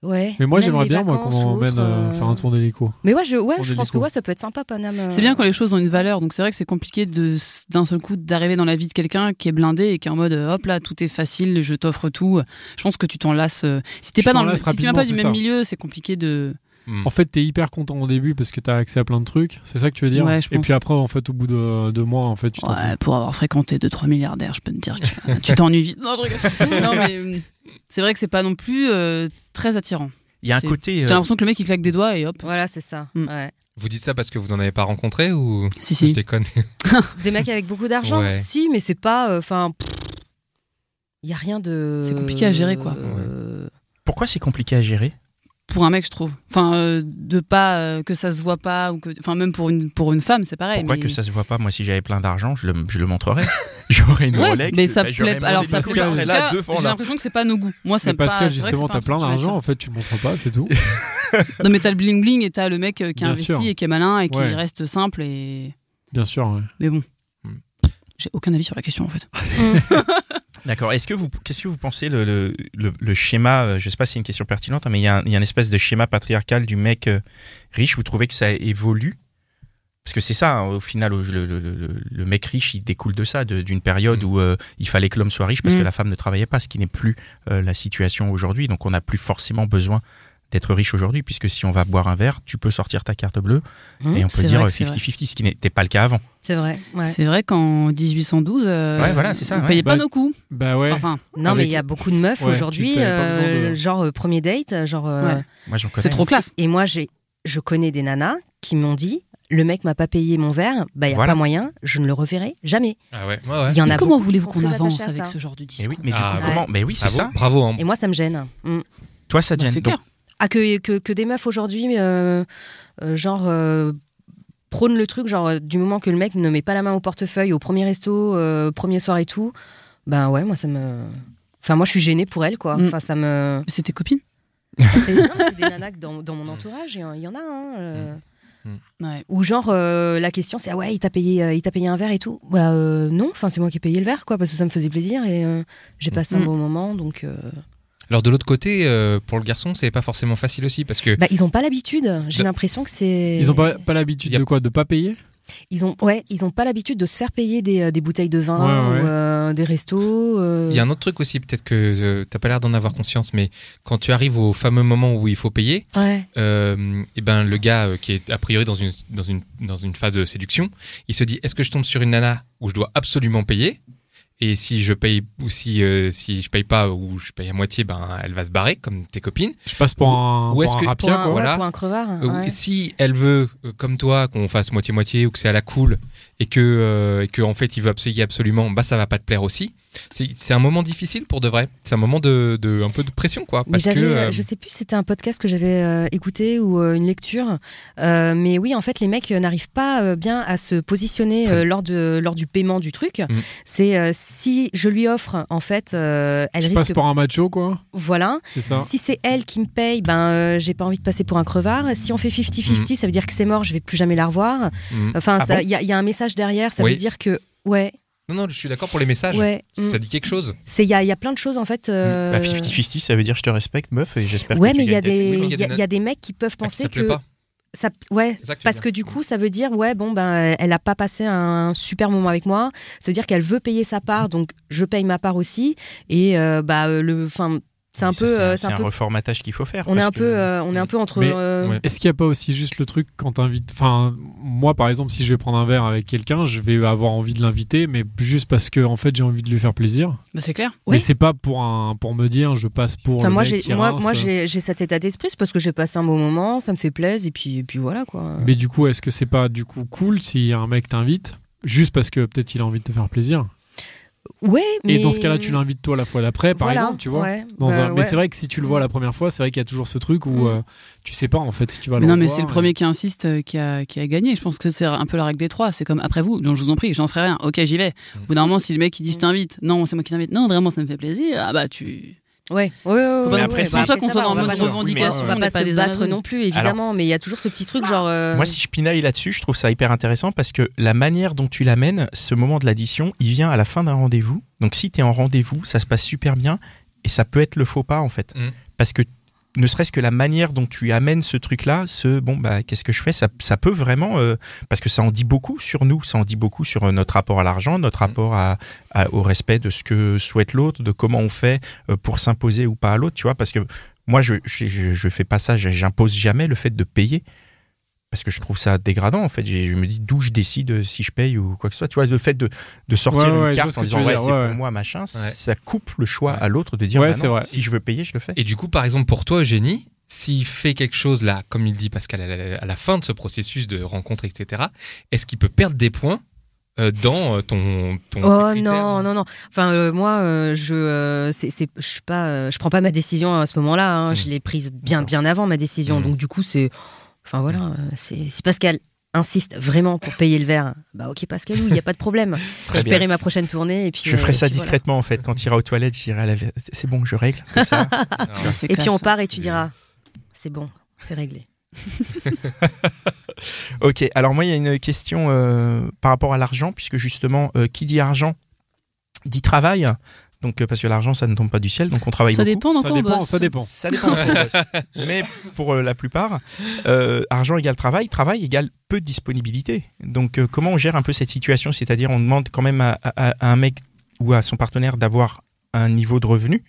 Speaker 4: Ouais.
Speaker 6: Mais moi,
Speaker 4: Même
Speaker 6: j'aimerais
Speaker 4: les
Speaker 6: bien, moi, qu'on
Speaker 4: vacances ou
Speaker 6: m'emmène
Speaker 4: autre,
Speaker 6: euh,
Speaker 4: euh,
Speaker 6: faire un tour d'hélico.
Speaker 5: Hmm.
Speaker 4: Mais ouais, je, ouais,
Speaker 6: tour
Speaker 4: je pense que
Speaker 6: d'hélico.
Speaker 4: ouais, ça peut être sympa, Paname. euh.
Speaker 3: C'est bien quand les choses ont une valeur, donc c'est vrai que c'est compliqué de d'un seul coup d'arriver dans la vie de quelqu'un qui est blindé et qui est en mode euh, hop là tout est facile, je t'offre tout. Je pense que tu t'en lasses. euh, Si t'es
Speaker 6: Tu
Speaker 3: pas
Speaker 6: t'en
Speaker 3: dans le,
Speaker 6: lasses
Speaker 3: si tu viens pas
Speaker 6: rapidement,
Speaker 3: du
Speaker 6: c'est
Speaker 3: même
Speaker 6: ça.
Speaker 3: milieu, c'est compliqué de.
Speaker 5: Hmm.
Speaker 6: En fait, t'es hyper content au début parce que t'as accès à plein de trucs. C'est ça que tu veux dire
Speaker 3: Ouais, je
Speaker 6: Et
Speaker 3: pense.
Speaker 6: puis après, en fait, au bout de deux mois, en fait, tu t'en
Speaker 3: Ouais,
Speaker 6: fous.
Speaker 3: pour avoir fréquenté 2-3 milliardaires, je peux te dire, tu- tu t'ennuies vite. Non, je rigole. Non, mais euh, c'est vrai que c'est pas non plus euh, très attirant.
Speaker 1: Il y a un
Speaker 3: c'est-
Speaker 1: côté. euh,
Speaker 3: T'as l'impression que le mec il claque des doigts et hop.
Speaker 4: Voilà, c'est ça.
Speaker 3: Mm.
Speaker 4: ouais.
Speaker 5: Vous dites ça parce que vous n'en avez pas rencontré ou
Speaker 3: Si
Speaker 5: je
Speaker 3: si.
Speaker 5: déconne
Speaker 4: Des mecs avec beaucoup d'argent,
Speaker 5: Ouais.
Speaker 4: si, mais c'est pas. euh, Enfin, il y a rien de.
Speaker 3: C'est compliqué à gérer, quoi.
Speaker 4: Euh,
Speaker 1: pourquoi c'est compliqué à gérer
Speaker 3: Pour un mec, je trouve. Enfin, euh, de pas euh, que ça se voit pas ou que. Enfin, même pour une pour une femme, c'est pareil.
Speaker 1: Pourquoi
Speaker 3: mais-
Speaker 1: que ça se voit pas Moi, si j'avais plein d'argent, je le, je le
Speaker 3: [LAUGHS]
Speaker 1: montrerais. J'aurais une
Speaker 3: Ouais,
Speaker 1: Rolex.
Speaker 3: mais ça
Speaker 1: bah, j'aurais
Speaker 3: plaît
Speaker 1: mon
Speaker 3: pas. Alors ça
Speaker 1: hélico
Speaker 3: plaît
Speaker 1: qui
Speaker 3: pas.
Speaker 1: serait
Speaker 3: En
Speaker 1: là
Speaker 3: tout cas,
Speaker 1: devant
Speaker 3: J'ai
Speaker 1: là.
Speaker 3: l'impression que c'est pas nos goûts. Moi, ça
Speaker 6: Mais
Speaker 3: me pas.
Speaker 6: Pascal,
Speaker 3: c'est vrai que
Speaker 6: justement,
Speaker 3: c'est pas un
Speaker 6: t'as
Speaker 3: truc
Speaker 6: plein
Speaker 3: qui m'attire.
Speaker 6: d'argent, en fait, tu le montres pas, c'est
Speaker 5: [LAUGHS]
Speaker 6: tout.
Speaker 3: Non, mais t'as le bling bling et t'as le mec euh, qui
Speaker 6: Bien
Speaker 3: investit
Speaker 6: sûr.
Speaker 3: et qui est malin et qui
Speaker 6: Ouais.
Speaker 3: reste simple et.
Speaker 6: Bien sûr, ouais.
Speaker 3: Mais bon.
Speaker 5: Hmm.
Speaker 3: J'ai aucun avis sur la question en fait.
Speaker 1: D'accord. Est-ce que vous, qu'est-ce que vous pensez le, le, le- le schéma euh, Je sais pas si c'est une question pertinente, hein, mais il y, a un- il y a une espèce de schéma patriarcal du mec euh, riche. Vous trouvez que ça évolue Parce que c'est ça, hein, au final, le, le- le- le- le mec riche, il découle de ça, de- d'une période
Speaker 5: Mm.
Speaker 1: où euh, il fallait que l'homme soit riche parce
Speaker 3: Mm.
Speaker 1: que la femme ne travaillait pas, ce qui n'est plus euh, la situation aujourd'hui. Donc, on n'a plus forcément besoin d'être riche aujourd'hui, puisque si on va boire un verre, tu peux sortir ta carte bleue
Speaker 4: Mmh,
Speaker 1: et on peut
Speaker 3: Mm. c'est
Speaker 1: dire
Speaker 3: vrai
Speaker 1: euh,
Speaker 3: que c'est
Speaker 1: 50-50, ce qui n'était pas le cas avant.
Speaker 4: C'est vrai. ouais.
Speaker 3: C'est vrai qu'en 1812, euh,
Speaker 1: Ouais, voilà, c'est ça,
Speaker 3: on
Speaker 1: ouais.
Speaker 3: payait pas
Speaker 6: Bah,
Speaker 3: nos coûts.
Speaker 6: Bah ouais.
Speaker 3: Enfin,
Speaker 4: Non,
Speaker 6: Avec-
Speaker 4: mais il y a beaucoup de meufs
Speaker 6: Ouais,
Speaker 4: aujourd'hui,
Speaker 6: tu- t'avais pas besoin de-
Speaker 4: euh, genre euh, premier date, genre. euh,
Speaker 3: Ouais.
Speaker 1: Moi, j'en connais.
Speaker 3: c'est trop classe.
Speaker 4: Et moi, j'ai, je connais des nanas qui m'ont dit. Le mec m'a pas payé mon verre, bah y a
Speaker 1: Voilà.
Speaker 4: pas moyen, je ne le reverrai jamais.
Speaker 5: Ah ouais, ouais, ouais.
Speaker 4: Il y en
Speaker 3: Comment
Speaker 4: a Bah, beaucoup qui
Speaker 3: voulez-vous
Speaker 4: sont
Speaker 3: qu'on
Speaker 4: très
Speaker 3: avance
Speaker 4: attachés à
Speaker 3: avec
Speaker 4: ça.
Speaker 3: ce genre de
Speaker 1: Mais
Speaker 3: discours
Speaker 1: Eh oui, mais du
Speaker 5: Ah
Speaker 1: coup,
Speaker 4: ouais.
Speaker 1: comment Mais oui, c'est
Speaker 5: Ah bon
Speaker 1: ça.
Speaker 5: Bravo, Ambre.
Speaker 4: Et moi, ça me gêne. Mm.
Speaker 1: Toi, ça te
Speaker 3: Bah,
Speaker 1: gêne.
Speaker 3: C'est
Speaker 1: Donc,
Speaker 3: clair.
Speaker 4: Ah, que, que, que des meufs aujourd'hui, euh, euh, genre, euh, prônent le truc, genre, euh, du moment que le mec ne met pas la main au portefeuille, au premier resto, euh, premier soir et tout, ben ouais, moi, ça me. Enfin, moi, je suis gênée pour elle, quoi.
Speaker 3: Mm.
Speaker 4: Enfin, ça me.
Speaker 3: C'est tes copines
Speaker 4: C'est non, mais c'est des nanas que dans, dans mon entourage, il y en- il y en a, hein. euh,
Speaker 3: Ouais.
Speaker 4: Ou genre, euh, la question, c'est, ah ouais, il t'a payé, euh, il t'a payé un verre et tout. Bah euh, non, enfin, c'est moi qui ai payé le verre, quoi, parce que ça me faisait plaisir et euh, j'ai passé
Speaker 3: Mm.
Speaker 4: un bon moment, donc. euh,
Speaker 5: Alors de l'autre côté, euh, pour le garçon, c'est pas forcément facile aussi parce que
Speaker 4: Bah, ils ont pas l'habitude, j'ai
Speaker 5: De-
Speaker 4: l'impression que c'est.
Speaker 6: Ils ont pas, pas l'habitude
Speaker 5: Y a-
Speaker 6: de quoi De pas payer
Speaker 4: Ils ont, ouais, ils ont pas l'habitude de se faire payer des, euh, des bouteilles de vin
Speaker 6: Ouais, ouais.
Speaker 4: ou euh, des restos. euh.
Speaker 5: il y a un autre truc aussi, peut-être que euh, t'as pas l'air d'en avoir conscience, mais quand tu arrives au fameux moment où il faut payer,
Speaker 4: Ouais.
Speaker 5: euh, et ben le gars euh, qui est a priori dans une dans une dans une phase de séduction, il se dit est-ce que je tombe sur une nana où je dois absolument payer et si je paye ou si euh, si je paye pas ou je paye à moitié, ben elle va se barrer comme tes copines.
Speaker 6: Je passe pour un,
Speaker 5: Ou
Speaker 6: pour
Speaker 5: est-ce
Speaker 6: un
Speaker 5: que-
Speaker 6: rapia,
Speaker 4: Pour, un,
Speaker 6: quoi.
Speaker 4: ouais,
Speaker 5: voilà.
Speaker 4: pour un crevard.
Speaker 5: Euh,
Speaker 4: ouais.
Speaker 5: Si elle veut, euh, comme toi, qu'on fasse moitié-moitié ou que c'est à la cool et que, euh, et que en fait il veut absolument, absolument, bah ça va pas te plaire aussi. C'est c'est un moment difficile pour de vrai. C'est un moment de, de un peu de pression quoi.
Speaker 4: Mais
Speaker 5: Parce que
Speaker 4: j'avais,
Speaker 5: euh,
Speaker 4: euh, je sais plus, si c'était un podcast que j'avais euh, écouté ou euh, une lecture. Euh, mais oui, en fait, les mecs euh, n'arrivent pas euh, bien à se positionner
Speaker 5: Très
Speaker 4: euh,
Speaker 5: bien.
Speaker 4: lors, de, lors du paiement du truc.
Speaker 5: Mm.
Speaker 4: C'est euh, si je lui offre, en fait, euh, elle
Speaker 6: Je passe
Speaker 4: risque.
Speaker 6: pour un macho, quoi.
Speaker 4: Voilà.
Speaker 6: C'est ça.
Speaker 5: Ah.
Speaker 4: Si c'est elle qui me paye, ben euh, j'ai pas envie de passer pour un crevard. Si on fait 50-50, ça veut dire que c'est mort, je vais plus jamais la revoir.
Speaker 5: mm.
Speaker 4: Enfin,
Speaker 5: Ah
Speaker 4: ça-
Speaker 5: bon
Speaker 4: il y, a- il y a un message derrière, ça
Speaker 5: Oui.
Speaker 4: veut dire que. Ouais,
Speaker 5: non non, je Mm. suis d'accord pour les messages.
Speaker 4: ouais. mm.
Speaker 5: Ça dit quelque chose.
Speaker 4: C'est- Il y a, il y a plein de choses en fait. euh,
Speaker 1: Bah, 50-50, ça veut dire je te respecte, meuf, et j'espère
Speaker 4: Ouais,
Speaker 1: que
Speaker 4: mais
Speaker 1: tu
Speaker 4: il y, a
Speaker 1: gagnes ta-
Speaker 4: des-
Speaker 5: oui, mais
Speaker 4: il y, a- il y a des mecs qui peuvent
Speaker 5: Ah, que
Speaker 4: penser
Speaker 5: ça te plaît
Speaker 4: que.
Speaker 5: pas.
Speaker 4: Ça, ouais,
Speaker 5: C'est ça que tu
Speaker 4: parce
Speaker 5: veux
Speaker 4: que
Speaker 5: dire.
Speaker 4: du coup, ça veut dire, ouais, bon, ben, elle a pas passé un super moment avec moi. Ça veut dire qu'elle veut payer sa part, donc je paye ma part aussi. Et euh, bah, euh, le, enfin, c'est un
Speaker 1: Mais ça,
Speaker 4: peu, euh,
Speaker 1: c'est
Speaker 4: c'est
Speaker 1: un,
Speaker 4: un peu,
Speaker 1: reformatage qu'il faut faire.
Speaker 4: on est
Speaker 1: parce
Speaker 4: un
Speaker 1: que-
Speaker 4: peu, euh, on est un peu entre.
Speaker 6: Mais-
Speaker 4: euh,
Speaker 5: ouais.
Speaker 6: Est-ce qu'il n'y a pas aussi juste le truc quand t'invites. Enfin, moi par exemple, si je vais prendre un verre avec quelqu'un, je vais avoir envie de l'inviter, mais juste parce que en fait j'ai envie de lui faire plaisir.
Speaker 3: Bah, c'est clair.
Speaker 4: Oui.
Speaker 6: Mais c'est pas pour un pour me dire je passe pour.
Speaker 4: enfin,
Speaker 6: le
Speaker 4: moi,
Speaker 6: mec
Speaker 4: j'ai,
Speaker 6: qui
Speaker 4: moi,
Speaker 6: rince.
Speaker 4: moi, j'ai, j'ai cet état d'esprit c'est parce que j'ai passé un bon moment, ça me fait plaisir, et puis, et puis voilà quoi.
Speaker 6: Mais du coup, est-ce que c'est pas du coup cool si un mec t'invite juste parce que peut-être il a envie de te faire plaisir
Speaker 4: Ouais, mais.
Speaker 6: Et dans ce cas-là, tu l'invites toi la fois d'après, par
Speaker 4: Voilà,
Speaker 6: exemple, tu vois.
Speaker 4: ouais,
Speaker 6: Dans un-
Speaker 4: bah,
Speaker 6: Mais
Speaker 4: ouais.
Speaker 6: c'est vrai que si tu le vois la première fois, c'est vrai qu'il y a toujours ce truc où
Speaker 4: Mm.
Speaker 6: euh, tu sais pas en fait si tu vas le
Speaker 3: non, mais
Speaker 6: revoir,
Speaker 3: c'est le premier qui insiste euh, qui a, qui a gagné. Je pense que c'est un peu la règle des trois. C'est comme après vous, donc je vous en prie, j'en ferai rien. Ok, j'y vais.
Speaker 6: Mm.
Speaker 3: Au bout d'un moment, si le mec il dit je t'invite, non, c'est moi qui t'invite, non, vraiment, ça me fait plaisir. Ah bah, tu.
Speaker 4: Ouais, ouais, ouais, ouais,
Speaker 3: Faut pas
Speaker 4: ouais,
Speaker 3: non plus qu'on
Speaker 4: ouais, bah,
Speaker 3: soit
Speaker 4: après, ça
Speaker 3: dans
Speaker 4: va,
Speaker 3: un
Speaker 4: on va
Speaker 3: mode
Speaker 4: pas-
Speaker 3: revendication,
Speaker 4: On
Speaker 3: on
Speaker 4: va
Speaker 3: n'est
Speaker 4: pas
Speaker 3: pas
Speaker 4: se
Speaker 3: des
Speaker 4: battre
Speaker 3: anonymes.
Speaker 4: non plus, évidemment, mais il y a toujours ce petit truc genre. euh,
Speaker 1: Moi, si je pinaille là-dessus, je trouve ça hyper intéressant parce que la manière dont tu l'amènes, ce moment de l'addition, il vient à la fin d'un rendez-vous. Donc, si tu es en rendez-vous, ça se passe super bien et ça peut être le faux pas en fait.
Speaker 5: Mm.
Speaker 1: Parce que ne serait-ce que la manière dont tu amènes ce truc-là, ce bon, bah, qu'est-ce que je fais ça, ça peut vraiment. euh, parce que ça en dit beaucoup sur nous, ça en dit beaucoup sur euh, notre rapport à l'argent, notre rapport à, à- au respect de ce que souhaite l'autre, de comment on fait euh, pour s'imposer ou pas à l'autre, tu vois. Parce que moi, je, je, je- je fais pas ça, je- j'impose jamais le fait de payer parce que je trouve ça dégradant en fait. J'ai- Je me dis d'où je décide si je paye ou quoi que ce soit. Tu vois, le fait de, de sortir
Speaker 6: Ouais, ouais,
Speaker 1: une
Speaker 6: je vois
Speaker 1: carte
Speaker 6: ce
Speaker 1: en
Speaker 6: que tu
Speaker 1: disant
Speaker 6: veux
Speaker 1: ouais,
Speaker 6: dire,
Speaker 1: c'est
Speaker 6: ouais, ouais.
Speaker 1: pour moi machin, ça
Speaker 5: Ouais.
Speaker 1: coupe le choix
Speaker 5: Ouais.
Speaker 1: à l'autre de dire
Speaker 6: Ouais,
Speaker 1: bah
Speaker 6: c'est
Speaker 1: non,
Speaker 6: vrai.
Speaker 1: si je veux payer, je le fais.
Speaker 5: Et du coup, par exemple, pour toi, Eugénie, s'il fait quelque chose là, comme il dit Pascal, à la, à la fin de ce processus de rencontre, etc., est-ce qu'il peut perdre des points euh, dans euh, ton, ton
Speaker 4: Oh
Speaker 5: tes critères
Speaker 4: non,
Speaker 1: hein.
Speaker 4: non, non. Enfin, euh, moi, euh, je, euh, c'est, c'est- je suis pas, euh, je prends pas ma décision à ce moment-là. hein.
Speaker 1: Mmh.
Speaker 5: Mm.
Speaker 4: Je l'ai prise bien, bien avant ma décision.
Speaker 5: Mm.
Speaker 4: Donc du coup, c'est, enfin voilà,
Speaker 1: Mmh.
Speaker 4: euh, c'est, si Pascal insiste vraiment pour payer le verre, bah ok Pascal, il n'y a pas de problème.
Speaker 1: [LAUGHS] Très
Speaker 4: je
Speaker 1: bien.
Speaker 4: paierai ma prochaine tournée et puis.
Speaker 1: Je
Speaker 4: euh,
Speaker 1: ferai ça
Speaker 4: puis voilà.
Speaker 1: discrètement en fait. Quand il ira aux toilettes, je dirai à la ver- c'est bon, je règle. Comme ça.
Speaker 5: Ah,
Speaker 3: C'est
Speaker 4: Et puis on
Speaker 3: classe.
Speaker 4: part et
Speaker 1: Mmh.
Speaker 4: tu diras, c'est bon, c'est réglé.
Speaker 1: ok. Alors moi, il y a une question euh, par rapport à l'argent, puisque justement, euh, qui dit argent dit travail. Donc euh, parce que l'argent, ça ne tombe pas du ciel, donc on
Speaker 4: Ah,
Speaker 1: travaille
Speaker 3: Ça
Speaker 1: beaucoup.
Speaker 3: dépend dans
Speaker 6: Ça
Speaker 3: quoi bah, on
Speaker 6: dépend,
Speaker 3: bosse.
Speaker 6: ça dépend.
Speaker 1: Ça dépend. pour boss. Mais pour euh, la plupart, euh, argent égale travail, travail égale peu de disponibilité. Donc euh, comment on gère un peu cette situation C'est-à-dire on demande quand même à, à- à un mec ou à son partenaire d'avoir un niveau de revenu